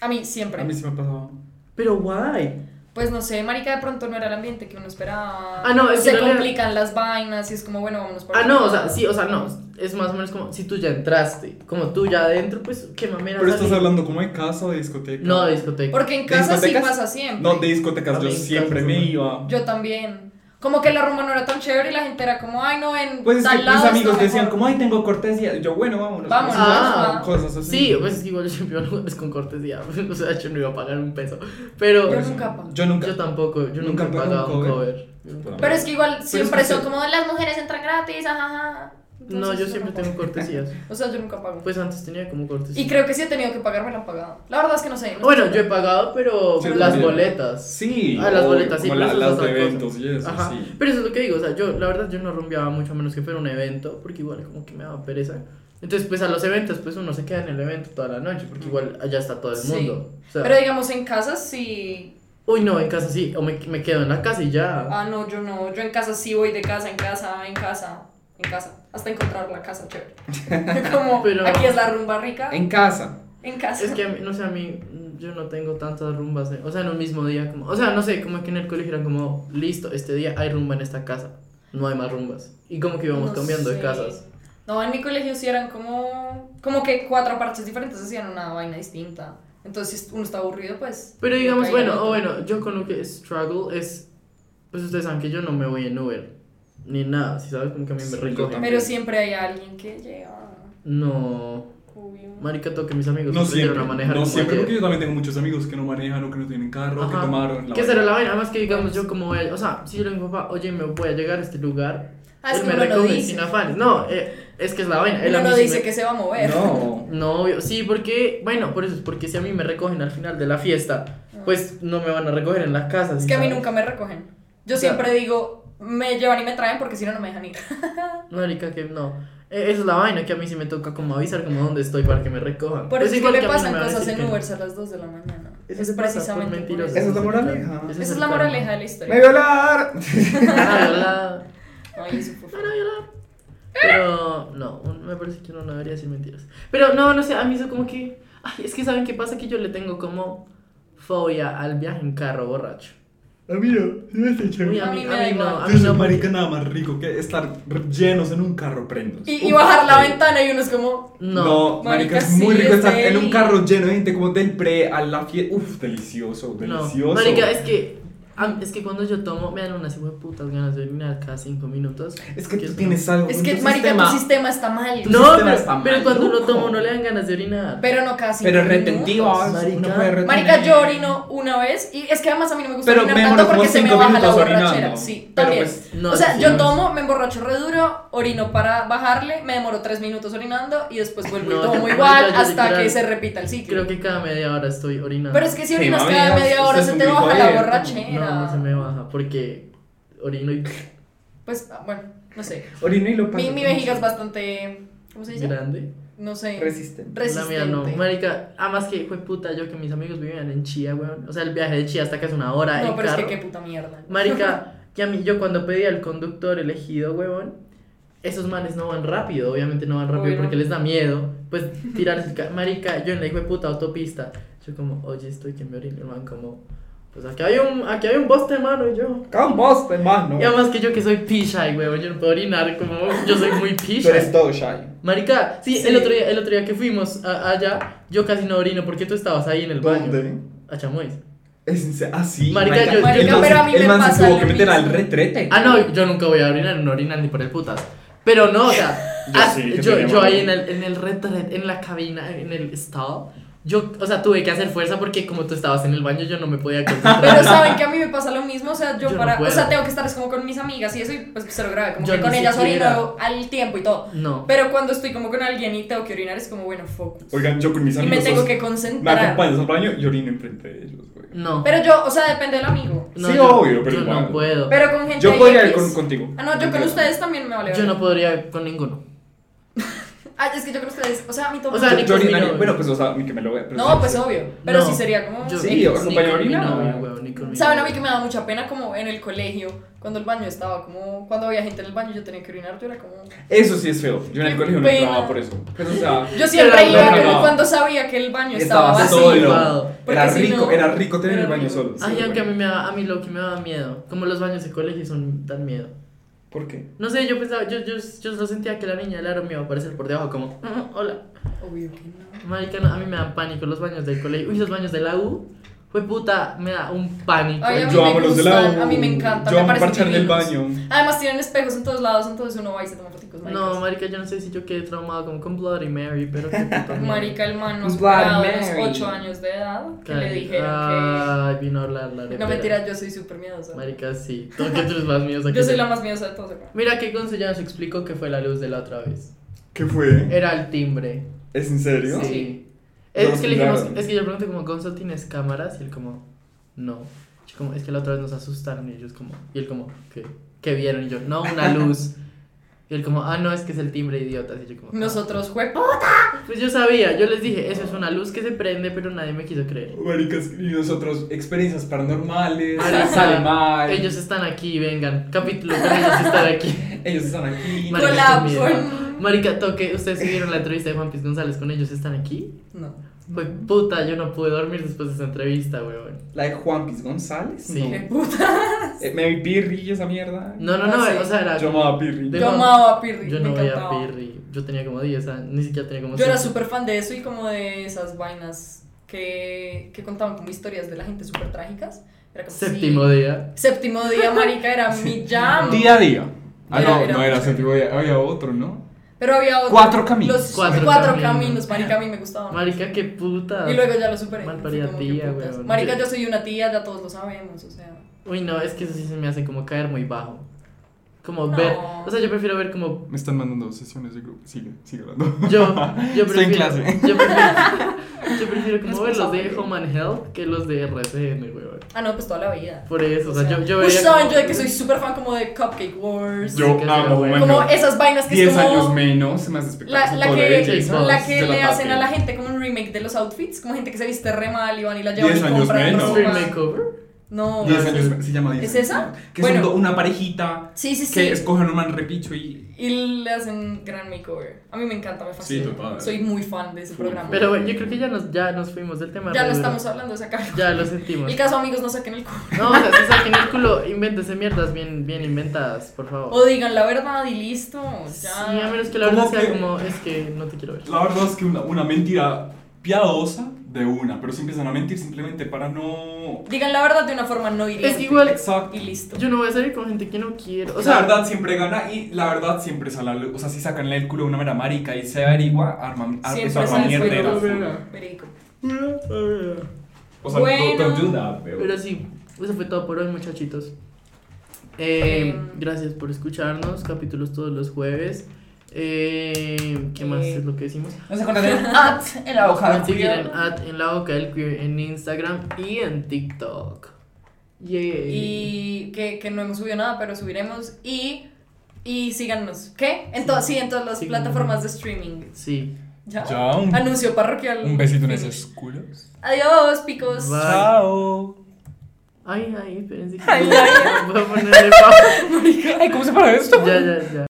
Speaker 4: A mí siempre.
Speaker 2: A mí sí me ha pasado.
Speaker 3: Pero guay.
Speaker 4: Pues no sé, marica, de pronto no era el ambiente que uno esperaba.
Speaker 3: Ah, no, es que
Speaker 4: Se
Speaker 3: no era-
Speaker 4: complican las vainas y es como, bueno, vámonos para
Speaker 3: Ah, no,
Speaker 4: otro
Speaker 3: o sea,
Speaker 4: lado.
Speaker 3: sí, o sea, no, es más o menos como, si tú ya entraste, como tú ya adentro, pues, qué mamera.
Speaker 2: Pero estás
Speaker 3: salir.
Speaker 2: hablando como de casa o de discoteca.
Speaker 3: No, de discoteca.
Speaker 4: Porque en
Speaker 2: ¿De
Speaker 4: casa sí
Speaker 2: discotecas?
Speaker 4: pasa siempre.
Speaker 2: No, de discotecas
Speaker 3: A
Speaker 2: yo
Speaker 3: mí en
Speaker 2: siempre
Speaker 3: casa
Speaker 2: me
Speaker 3: no.
Speaker 2: iba.
Speaker 4: Yo también. Como que la rumba no era tan chévere y la gente era como, ay, no, en
Speaker 2: Pues es que
Speaker 4: tal
Speaker 2: mis
Speaker 4: lado está
Speaker 2: amigos decían,
Speaker 4: mejor".
Speaker 2: como, ay, tengo cortesía. Y Yo, bueno, vámonos. pues,
Speaker 4: Vámonos,
Speaker 3: Ah.
Speaker 2: Cosas así.
Speaker 3: Sí, pues es que igual yo siempre iba a lugares con cortesía. O sea, yo no iba a pagar un peso. Pero
Speaker 4: Yo
Speaker 2: Por eso.
Speaker 4: nunca pago.
Speaker 2: Yo nunca.
Speaker 3: pues, yo tampoco, yo
Speaker 2: Nunca
Speaker 3: nunca,
Speaker 2: pago
Speaker 3: he
Speaker 2: un
Speaker 3: pagado un
Speaker 2: cover.
Speaker 3: cover.
Speaker 4: Pero es que igual siempre
Speaker 2: es que
Speaker 4: son
Speaker 2: sí.
Speaker 4: como, las mujeres entran gratis, ajá, ajá.
Speaker 3: No,
Speaker 4: Entonces,
Speaker 3: yo siempre
Speaker 4: pago.
Speaker 3: tengo cortesías.
Speaker 4: O sea, yo nunca pago.
Speaker 3: Pues antes tenía como cortesías.
Speaker 4: Y creo que si he tenido que pagar, me la han pagado. La verdad es que no sé. no
Speaker 3: Bueno,
Speaker 4: estoy
Speaker 3: yo he pagado, pero
Speaker 2: Sí,
Speaker 3: las
Speaker 2: también.
Speaker 3: boletas.
Speaker 2: Sí.
Speaker 3: Ah, las
Speaker 2: obvio,
Speaker 3: boletas, sí,
Speaker 2: como
Speaker 3: pero
Speaker 2: la-
Speaker 3: eso es
Speaker 2: las
Speaker 3: otra
Speaker 2: de
Speaker 3: cosa.
Speaker 2: eventos y eso,
Speaker 3: Ajá.
Speaker 2: sí.
Speaker 3: Pero eso es lo que digo, o sea, yo la verdad yo no rumbeaba mucho a menos que fuera un evento, porque igual como que me daba pereza. Entonces, pues a los eventos, pues uno se queda en el evento toda la noche, porque igual allá está todo el
Speaker 4: Mm. Sí.
Speaker 3: mundo. O sea,
Speaker 4: Pero digamos, en casa sí.
Speaker 3: uy, no, en casa sí, o me, me quedo en la casa y ya.
Speaker 4: Ah, no, yo no. Yo en casa sí voy de casa en casa, en casa, en casa. Hasta encontrar la casa chévere. como,
Speaker 3: Pero-
Speaker 4: aquí es la rumba rica. En,
Speaker 2: En casa.
Speaker 4: casa.
Speaker 3: Es que, a mí- no sé, a mí, mm, yo no tengo tantas rumbas, eh, o sea, en un mismo día, como, o sea, no sé, como que en el colegio eran como, listo, este día hay rumba en esta casa, no hay más rumbas, y como que íbamos
Speaker 4: No
Speaker 3: cambiando de
Speaker 4: sé.
Speaker 3: casas.
Speaker 4: No, en mi colegio sí eran como. Como que cuatro parches diferentes hacían una vaina distinta. Entonces, si uno está aburrido, pues.
Speaker 3: Pero digamos,
Speaker 4: caía
Speaker 3: bueno,
Speaker 4: otro.
Speaker 3: o bueno, yo con lo que struggle es, pues ustedes saben que yo no me voy en Uber, ni nada, si sabes, como que a mí
Speaker 2: Sí,
Speaker 3: me
Speaker 2: yo
Speaker 3: recogen.
Speaker 2: también.
Speaker 4: Pero siempre hay alguien que llega.
Speaker 3: No,
Speaker 4: obvio.
Speaker 3: marica, toque mis amigos
Speaker 2: No
Speaker 3: aprendieron
Speaker 2: siempre.
Speaker 3: a manejar
Speaker 2: No
Speaker 3: como
Speaker 2: siempre,
Speaker 3: ayer.
Speaker 2: porque yo también tengo muchos amigos que no manejan o que no tienen carro,
Speaker 3: Ajá.
Speaker 2: que tomaron.
Speaker 3: ¿Qué será la vaina? Además que digamos yo como voy a- o sea, si yo le digo a mi papá, oye, me voy a llegar a este lugar,
Speaker 4: Ah, es
Speaker 3: él
Speaker 4: que
Speaker 3: me
Speaker 4: uno lo
Speaker 3: recoge
Speaker 4: dice.
Speaker 3: sin afanes. No, eh, es que es la vaina. Él a
Speaker 4: Uno
Speaker 3: mí
Speaker 4: no
Speaker 3: sí
Speaker 4: dice
Speaker 3: me-
Speaker 4: que se va a mover.
Speaker 2: No.
Speaker 3: No, obvio, sí, porque, bueno, por eso es porque si a mí me recogen al final de la fiesta, pues no me van a recoger en la casa.
Speaker 4: Ah. Es
Speaker 3: ¿sí
Speaker 4: que a mí
Speaker 3: sabes?
Speaker 4: nunca me recogen. Yo
Speaker 3: O sea-
Speaker 4: siempre digo, me llevan y me traen porque si no, no me dejan ir.
Speaker 3: Marica, que no. Eh, Esa es la vaina que a mí sí me toca como avisar como dónde estoy para que me recojan.
Speaker 4: Por eso es que
Speaker 3: igual
Speaker 4: le
Speaker 3: a mí no
Speaker 4: pasan
Speaker 3: me van a
Speaker 4: cosas
Speaker 3: decir
Speaker 4: en
Speaker 3: que no.
Speaker 4: Uber a las 2 de la mañana.
Speaker 3: Eso
Speaker 4: es
Speaker 3: le pasa por
Speaker 4: precisamente por
Speaker 3: mentirosos.
Speaker 4: eso.
Speaker 2: Esa es la moraleja.
Speaker 3: Ese el
Speaker 4: Esa es la
Speaker 3: karma.
Speaker 4: moraleja de la
Speaker 2: ¡Me
Speaker 4: historia.
Speaker 2: violar!
Speaker 3: Ah, ¿verdad?
Speaker 4: Ay, eso fue
Speaker 3: Bueno, yo no. Pero no, un- me parece que uno no debería decir mentiras. Pero no, no sé, a mí eso como que. Ay, es que saben qué pasa que yo le tengo como fobia al viaje en carro borracho.
Speaker 2: A mí no, yo estoy
Speaker 3: Uy,
Speaker 2: este chévere.
Speaker 3: a
Speaker 4: A
Speaker 3: mí,
Speaker 4: mí me
Speaker 3: a
Speaker 4: da
Speaker 3: mí no,
Speaker 4: igual.
Speaker 3: a mí
Speaker 2: Yo soy
Speaker 3: no.
Speaker 2: marica nada más rico que estar llenos en un carro prendos.
Speaker 4: Y, y bajar la ventana y uno es como.
Speaker 3: No.
Speaker 2: No, marica,
Speaker 4: Marica,
Speaker 2: es muy
Speaker 4: sí,
Speaker 2: rico
Speaker 4: es
Speaker 2: estar en un
Speaker 4: deli.
Speaker 2: carro lleno de gente como del pre a la fiesta. Uf, delicioso, delicioso.
Speaker 3: No, marica, es que am- es que cuando yo tomo me dan unas hijo de putas ganas de orinar cada cinco minutos.
Speaker 2: Es que tú
Speaker 3: es-
Speaker 2: tienes algo.
Speaker 4: Es
Speaker 2: con
Speaker 4: que,
Speaker 2: tu
Speaker 4: marica,
Speaker 2: sistema.
Speaker 4: tu sistema está mal.
Speaker 3: No,
Speaker 2: sistema está
Speaker 3: pero, pero
Speaker 2: mal,
Speaker 3: cuando uno
Speaker 2: loco.
Speaker 3: toma uno le dan ganas de orinar.
Speaker 4: Pero no casi.
Speaker 2: Pero retentivas.
Speaker 3: Marica.
Speaker 2: uno puede retener.
Speaker 4: Marica, yo orino una vez y es que además a mí no me gusta
Speaker 2: Pero
Speaker 4: orinar
Speaker 2: me
Speaker 4: tanto
Speaker 2: demoro
Speaker 4: porque
Speaker 2: como
Speaker 4: se me
Speaker 2: cinco
Speaker 4: baja la
Speaker 2: minutos
Speaker 4: borrachera.
Speaker 2: orinando.
Speaker 4: Sí,
Speaker 2: Pero
Speaker 4: también.
Speaker 2: pues,
Speaker 3: no,
Speaker 4: o sea,
Speaker 3: sí,
Speaker 2: no
Speaker 4: yo
Speaker 2: es-
Speaker 4: tomo, me emborracho re duro, orino para bajarle, me demoro tres minutos orinando y después vuelvo
Speaker 3: No,
Speaker 4: y tomo
Speaker 3: marica,
Speaker 4: igual
Speaker 3: yo
Speaker 4: hasta
Speaker 3: literal-
Speaker 4: que se repita el ciclo.
Speaker 3: Creo que cada media hora estoy orinando.
Speaker 4: Pero es que si
Speaker 2: Sí,
Speaker 4: orinas
Speaker 2: mami,
Speaker 4: cada
Speaker 2: es-
Speaker 4: media hora
Speaker 2: es
Speaker 4: se
Speaker 2: un
Speaker 4: te
Speaker 2: grifo
Speaker 4: baja la
Speaker 2: abierto.
Speaker 3: no,
Speaker 4: borrachera.
Speaker 3: no se me baja porque orino y
Speaker 4: Pues ah, bueno, no sé.
Speaker 2: Orino y lo paso.
Speaker 4: Mi, mi vejiga es bastante. ¿Cómo se dice?
Speaker 3: grande.
Speaker 4: No sé.
Speaker 2: Resistente.
Speaker 4: Resistente.
Speaker 3: La mía no, marica, además que fue puta yo que mis amigos vivían en Chía, weón. O sea, el viaje de Chía hasta que es una hora en
Speaker 4: No, pero es que
Speaker 3: carro.
Speaker 4: qué puta mierda.
Speaker 3: Marica, que a mí yo cuando pedía al conductor elegido, huevón, esos manes no van rápido, obviamente no van rápido
Speaker 4: Obvio.
Speaker 3: porque les da miedo. Pues tirarse el ca- Marica, yo en la hijo de puta autopista, yo como, oye, estoy que me orine, el man, como, pues aquí hay un, aquí hay un boste, mano, y yo.
Speaker 2: Con vos, hermano.
Speaker 3: Y además que yo que soy pisha, huevón, yo no puedo orinar, como, yo soy muy
Speaker 2: Tú
Speaker 3: pisha.
Speaker 2: eres todo shy.
Speaker 3: Marica, sí,
Speaker 4: Sí.
Speaker 3: El, otro día, el otro día que fuimos a- allá, yo casi no orino porque tú estabas ahí en el baño.
Speaker 2: ¿Dónde?
Speaker 3: A Chamois.
Speaker 2: Es ah, así.
Speaker 3: Marica, yo- Marica,
Speaker 4: pero a mí me pasa
Speaker 2: tuvo
Speaker 4: lo
Speaker 2: que meter al
Speaker 4: mismo.
Speaker 2: retrete.
Speaker 3: Ah, no, yo nunca voy a orinar, no orinan ni por el putas. Pero no, o sea,
Speaker 2: Yo
Speaker 3: ah,
Speaker 2: sí, que
Speaker 3: yo,
Speaker 2: tenía
Speaker 3: yo ahí en
Speaker 2: miedo.
Speaker 3: el, en el retrete, en la cabina, en el stall, Yo, o sea, tuve que hacer fuerza porque como tú estabas en el baño, yo no me podía concentrar.
Speaker 4: Pero saben que a mí me pasa lo mismo, o sea, yo,
Speaker 3: Yo no
Speaker 4: para, o
Speaker 3: puedo.
Speaker 4: sea, tengo que estar es como con mis amigas y eso y pues se lo grave, como
Speaker 3: Yo
Speaker 4: que con
Speaker 3: ni
Speaker 4: ellas
Speaker 3: siquiera.
Speaker 4: orino al tiempo y todo.
Speaker 3: No.
Speaker 4: Pero cuando estoy como con alguien y tengo que orinar es como, bueno, focus.
Speaker 2: Oigan, yo con mis
Speaker 4: Y
Speaker 2: amigos.
Speaker 4: me tengo
Speaker 2: os-
Speaker 4: que
Speaker 2: Me
Speaker 4: concentrar.
Speaker 2: acompañas al baño y orino enfrente de ellos, güey.
Speaker 3: No.
Speaker 4: Pero yo, o sea, depende del amigo.
Speaker 3: no,
Speaker 2: sí,
Speaker 3: yo-
Speaker 2: obvio, pero
Speaker 3: yo
Speaker 2: igual.
Speaker 3: no puedo.
Speaker 4: Pero con gente
Speaker 2: Yo podría ir
Speaker 4: X.
Speaker 2: con- contigo.
Speaker 4: Ah, no, yo con ustedes también me vale.
Speaker 3: Yo
Speaker 4: verga.
Speaker 3: no podría con ninguno.
Speaker 4: Ah, es que yo con ustedes, o sea, a mí todo.
Speaker 3: O sea,
Speaker 2: Yo-
Speaker 3: ni
Speaker 2: yo orinaría-
Speaker 3: conmigo, güey.
Speaker 2: bueno, pues, o sea, ni que me lo vea. pero
Speaker 4: Ah, no,
Speaker 2: sí,
Speaker 4: pues
Speaker 2: sí.
Speaker 4: obvio. Pero
Speaker 3: No.
Speaker 4: sí sería como.
Speaker 3: Yo-
Speaker 2: Sí,
Speaker 3: ni-
Speaker 2: acompañar
Speaker 3: ni con mi
Speaker 2: orina,
Speaker 3: novio,
Speaker 2: güey.
Speaker 3: güey, ni con mi
Speaker 4: Saben a mí
Speaker 3: novio.
Speaker 4: que me daba mucha pena como en el colegio, cuando el baño estaba como cuando había gente en el baño yo tenía que orinar, yo era como
Speaker 2: Eso sí es feo. Yo en el
Speaker 4: Qué
Speaker 2: colegio no
Speaker 4: pena.
Speaker 2: entraba por eso. Pues, o sea,
Speaker 4: yo siempre
Speaker 3: Era
Speaker 4: iba
Speaker 2: loca.
Speaker 4: como cuando sabía que el baño estaba,
Speaker 2: estaba
Speaker 4: vacío.
Speaker 2: solo.
Speaker 4: Porque
Speaker 2: Era
Speaker 4: si
Speaker 2: rico,
Speaker 4: no-
Speaker 2: era rico tener el
Speaker 4: era
Speaker 2: baño
Speaker 4: rico.
Speaker 2: solo. sí,
Speaker 3: Ay, aunque a mí,
Speaker 2: güey.
Speaker 3: me da, a mí lo que me daba miedo. Como los baños de colegio son dan miedo.
Speaker 2: ¿Por qué?
Speaker 3: No sé, yo pensaba, yo, yo, yo solo sentía que la niña del aro me iba a aparecer por debajo, como, "Mm, hola.
Speaker 4: Obvio que no.
Speaker 3: Marica, no, a mí me dan pánico los baños del colegio. Uy, los baños de la U. Fue puta, me da un pánico.
Speaker 4: Ay, a mí
Speaker 2: Yo
Speaker 4: me
Speaker 2: amo los de
Speaker 4: gustan,
Speaker 2: la U.
Speaker 4: a mí me encanta,
Speaker 2: Yo
Speaker 4: me
Speaker 2: amo
Speaker 4: parecen
Speaker 2: parchar en el
Speaker 4: divinos.
Speaker 2: baño.
Speaker 4: Además tienen espejos en todos lados, entonces uno va y se toma fotos.
Speaker 3: No, marica, yo no sé si yo quedé traumado como con Bloody Mary, pero qué puta miedo.
Speaker 4: Marica, el man no
Speaker 2: Bloody
Speaker 4: superaba los
Speaker 2: Mary.
Speaker 4: 8 años de edad que
Speaker 3: Ay,
Speaker 4: le dijeron
Speaker 3: Ay, vino a hablar la
Speaker 4: que.
Speaker 3: arepera.
Speaker 4: No mentira, yo soy súper miedosa.
Speaker 3: Ah, Marica, sí. ¿Tú que tú eres más miedosa que
Speaker 4: Yo soy la más miedosa de todos acá.
Speaker 3: Mira que Gonzo ya nos explicó que fue la luz de la otra vez.
Speaker 2: ¿Qué fue?
Speaker 3: Era el timbre.
Speaker 2: ¿Es en serio?
Speaker 3: Sí.
Speaker 2: No,
Speaker 3: Es que le dijimos,
Speaker 2: claro.
Speaker 3: es que yo le pregunté como, Gonzo, ¿tienes cámaras? Y él como, no. Yo como, es que la otra vez nos asustaron y ellos como, y él como, ¿qué? ¿Qué vieron? Y yo, no, una luz. Y él como, ah, no, es que es el timbre, idiotas. Y yo como, ah.
Speaker 4: Nosotros, fue
Speaker 3: Pues yo sabía, yo les dije, eso es una luz que se prende, pero nadie me quiso creer.
Speaker 2: Maricas, y nosotros, experiencias paranormales,
Speaker 4: Ah,
Speaker 3: Marica,
Speaker 2: sale mal,
Speaker 3: Ellos están aquí, vengan. Capítulo con ellos están aquí.
Speaker 2: ellos están aquí.
Speaker 3: Marica,
Speaker 4: con
Speaker 3: qué miedo.
Speaker 4: la.
Speaker 3: Marica, toque, ustedes sí vieron la entrevista de Juan Piz González con ellos, están aquí.
Speaker 4: No.
Speaker 3: Fue puta, yo no pude dormir después de esa entrevista, weón.
Speaker 2: La de Juan Piz González.
Speaker 3: Sí.
Speaker 2: No.
Speaker 4: Qué puta.
Speaker 2: Eh, Mary Pirri y esa mierda.
Speaker 3: No, no, no,
Speaker 4: Ah, sí.
Speaker 3: o sea, era.
Speaker 2: Yo
Speaker 3: como-
Speaker 2: amaba Pirri.
Speaker 3: De-
Speaker 4: Yo amaba a Pirri.
Speaker 3: yo
Speaker 4: me
Speaker 3: no veía
Speaker 4: encantaba.
Speaker 3: Pirri. Yo tenía como 10 años, ni siquiera tenía como
Speaker 4: Yo era
Speaker 3: 7.
Speaker 4: súper fan de eso y como de esas vainas que, que contaban como historias de la gente súper trágicas. Era como, sí.
Speaker 3: Séptimo día.
Speaker 4: Séptimo día, marica, era mi jam.
Speaker 2: Día a día. Ah,
Speaker 4: Era-
Speaker 2: no,
Speaker 4: era
Speaker 2: no era
Speaker 4: mucho.
Speaker 2: séptimo día, había otro, ¿no?
Speaker 4: Pero había otro.
Speaker 2: Cuatro caminos.
Speaker 4: Los
Speaker 3: Cuatro
Speaker 4: cuatro,
Speaker 3: caminos.
Speaker 4: caminos. marica, a mí me gustaban.
Speaker 3: Marica, qué puta.
Speaker 4: Y luego ya lo superé.
Speaker 3: Mal
Speaker 4: Fui
Speaker 3: parida
Speaker 4: como, qué
Speaker 3: tía,
Speaker 4: putas.
Speaker 3: weón.
Speaker 4: Marica,
Speaker 3: Sí.
Speaker 4: yo soy una tía, ya todos lo sabemos, o sea.
Speaker 3: Uy, no, es que eso sí se me hace como caer muy bajo. Como
Speaker 4: No.
Speaker 3: ver. O sea, yo prefiero ver como.
Speaker 2: Me están mandando sesiones de grupo. Sigue, sigue hablando.
Speaker 3: Yo, yo prefiero.
Speaker 2: Estoy en clase.
Speaker 3: Yo prefiero, yo prefiero como ver los de Home
Speaker 4: Responsable.
Speaker 3: and Health que los de RCN, weón.
Speaker 4: Ah, no, pues toda la vida.
Speaker 3: Por eso, o sea, yo, yo
Speaker 4: Uy,
Speaker 3: veía.
Speaker 4: saben
Speaker 3: como-
Speaker 4: yo de que soy súper fan como de Cupcake Wars.
Speaker 2: Yo
Speaker 3: que sí,
Speaker 2: amo,
Speaker 3: güey.
Speaker 2: bueno.
Speaker 4: Como esas vainas que es
Speaker 2: 10
Speaker 4: como.
Speaker 2: años menos, se me hace
Speaker 4: La,
Speaker 2: espectacular.
Speaker 4: la que,
Speaker 3: belleza,
Speaker 4: la que
Speaker 2: se la
Speaker 4: le hacen
Speaker 2: tapé.
Speaker 4: a la gente como un remake de los outfits, como gente que se viste re mal y van y la llevan
Speaker 2: Diez
Speaker 4: y
Speaker 2: años
Speaker 4: compran
Speaker 2: menos.
Speaker 3: Free
Speaker 4: ropa.
Speaker 3: Makeover.
Speaker 4: No,
Speaker 2: 10
Speaker 4: no,
Speaker 2: años
Speaker 4: sí.
Speaker 2: menos, se llama 10
Speaker 4: ¿Es
Speaker 2: años
Speaker 4: esa?
Speaker 2: menos. Que
Speaker 4: Bueno.
Speaker 2: son do- una parejita
Speaker 4: Sí, sí,
Speaker 2: que
Speaker 4: sí.
Speaker 2: escogen un man repicho y.
Speaker 4: Y le hacen gran makeover. A mí me encanta, me fascina.
Speaker 2: Sí, total.
Speaker 4: Soy muy fan de ese
Speaker 2: Full,
Speaker 4: programa.
Speaker 3: Pero bueno, yo creo que ya nos, ya nos fuimos del tema.
Speaker 4: ya
Speaker 3: re
Speaker 4: no
Speaker 3: duro.
Speaker 4: estamos hablando de sacar.
Speaker 3: Ya lo sentimos.
Speaker 4: El caso, amigos, no saquen el culo.
Speaker 3: No, o sea, si saquen el culo, invéntese mierdas bien, bien inventadas, por favor.
Speaker 4: O digan la verdad y listo.
Speaker 3: Sí,
Speaker 4: Ya.
Speaker 3: a menos que la
Speaker 2: ¿Cómo
Speaker 3: verdad sea
Speaker 2: que?
Speaker 3: como, es que no te quiero ver.
Speaker 2: La verdad es que una, una mentira piadosa de una, pero si empiezan a mentir simplemente para no.
Speaker 4: Digan la verdad de una forma no hiriente.
Speaker 3: Es que igual,
Speaker 2: Exacto.
Speaker 4: Y listo.
Speaker 3: yo no voy a salir con gente que no quiero. O
Speaker 2: la
Speaker 3: sea,
Speaker 2: verdad siempre gana y la verdad siempre sale. a la luz. O sea, si sacan el culo de una mera marica y se averigua, arma, ar- eso
Speaker 4: Siempre
Speaker 2: arma
Speaker 4: sale
Speaker 2: mierdera.
Speaker 4: fuego.
Speaker 3: full.
Speaker 4: Perico.
Speaker 2: O sea,
Speaker 4: Bueno.
Speaker 2: don't, don't do that, pero-
Speaker 3: pero sí, eso fue todo por hoy, muchachitos. Eh,
Speaker 4: Eh.
Speaker 3: gracias por escucharnos, capítulos todos los jueves. Eh, ¿Qué más
Speaker 4: Eh.
Speaker 3: es lo que decimos?
Speaker 2: No se acuerdan
Speaker 4: Ah,
Speaker 2: at en la hoja
Speaker 3: Si quieren, at en la boca del queer en Instagram y en TikTok. Yay.
Speaker 4: Y que, que no hemos subido nada, pero subiremos. Y, y síganos. ¿Qué? En to- sí, en todas las
Speaker 3: Síganos.
Speaker 4: plataformas de streaming.
Speaker 3: Sí.
Speaker 4: ¿Ya?
Speaker 2: Ya, un,
Speaker 4: Anuncio parroquial.
Speaker 2: un um, besito en
Speaker 4: Finish.
Speaker 2: esos culos.
Speaker 4: Adiós,
Speaker 3: Bye.
Speaker 4: picos.
Speaker 2: pues, Chao.
Speaker 3: Ay, ay, espérense. que Voy a ponerle pausa.
Speaker 2: Ay, ¿cómo se para esto?
Speaker 3: Ya, ya, ya.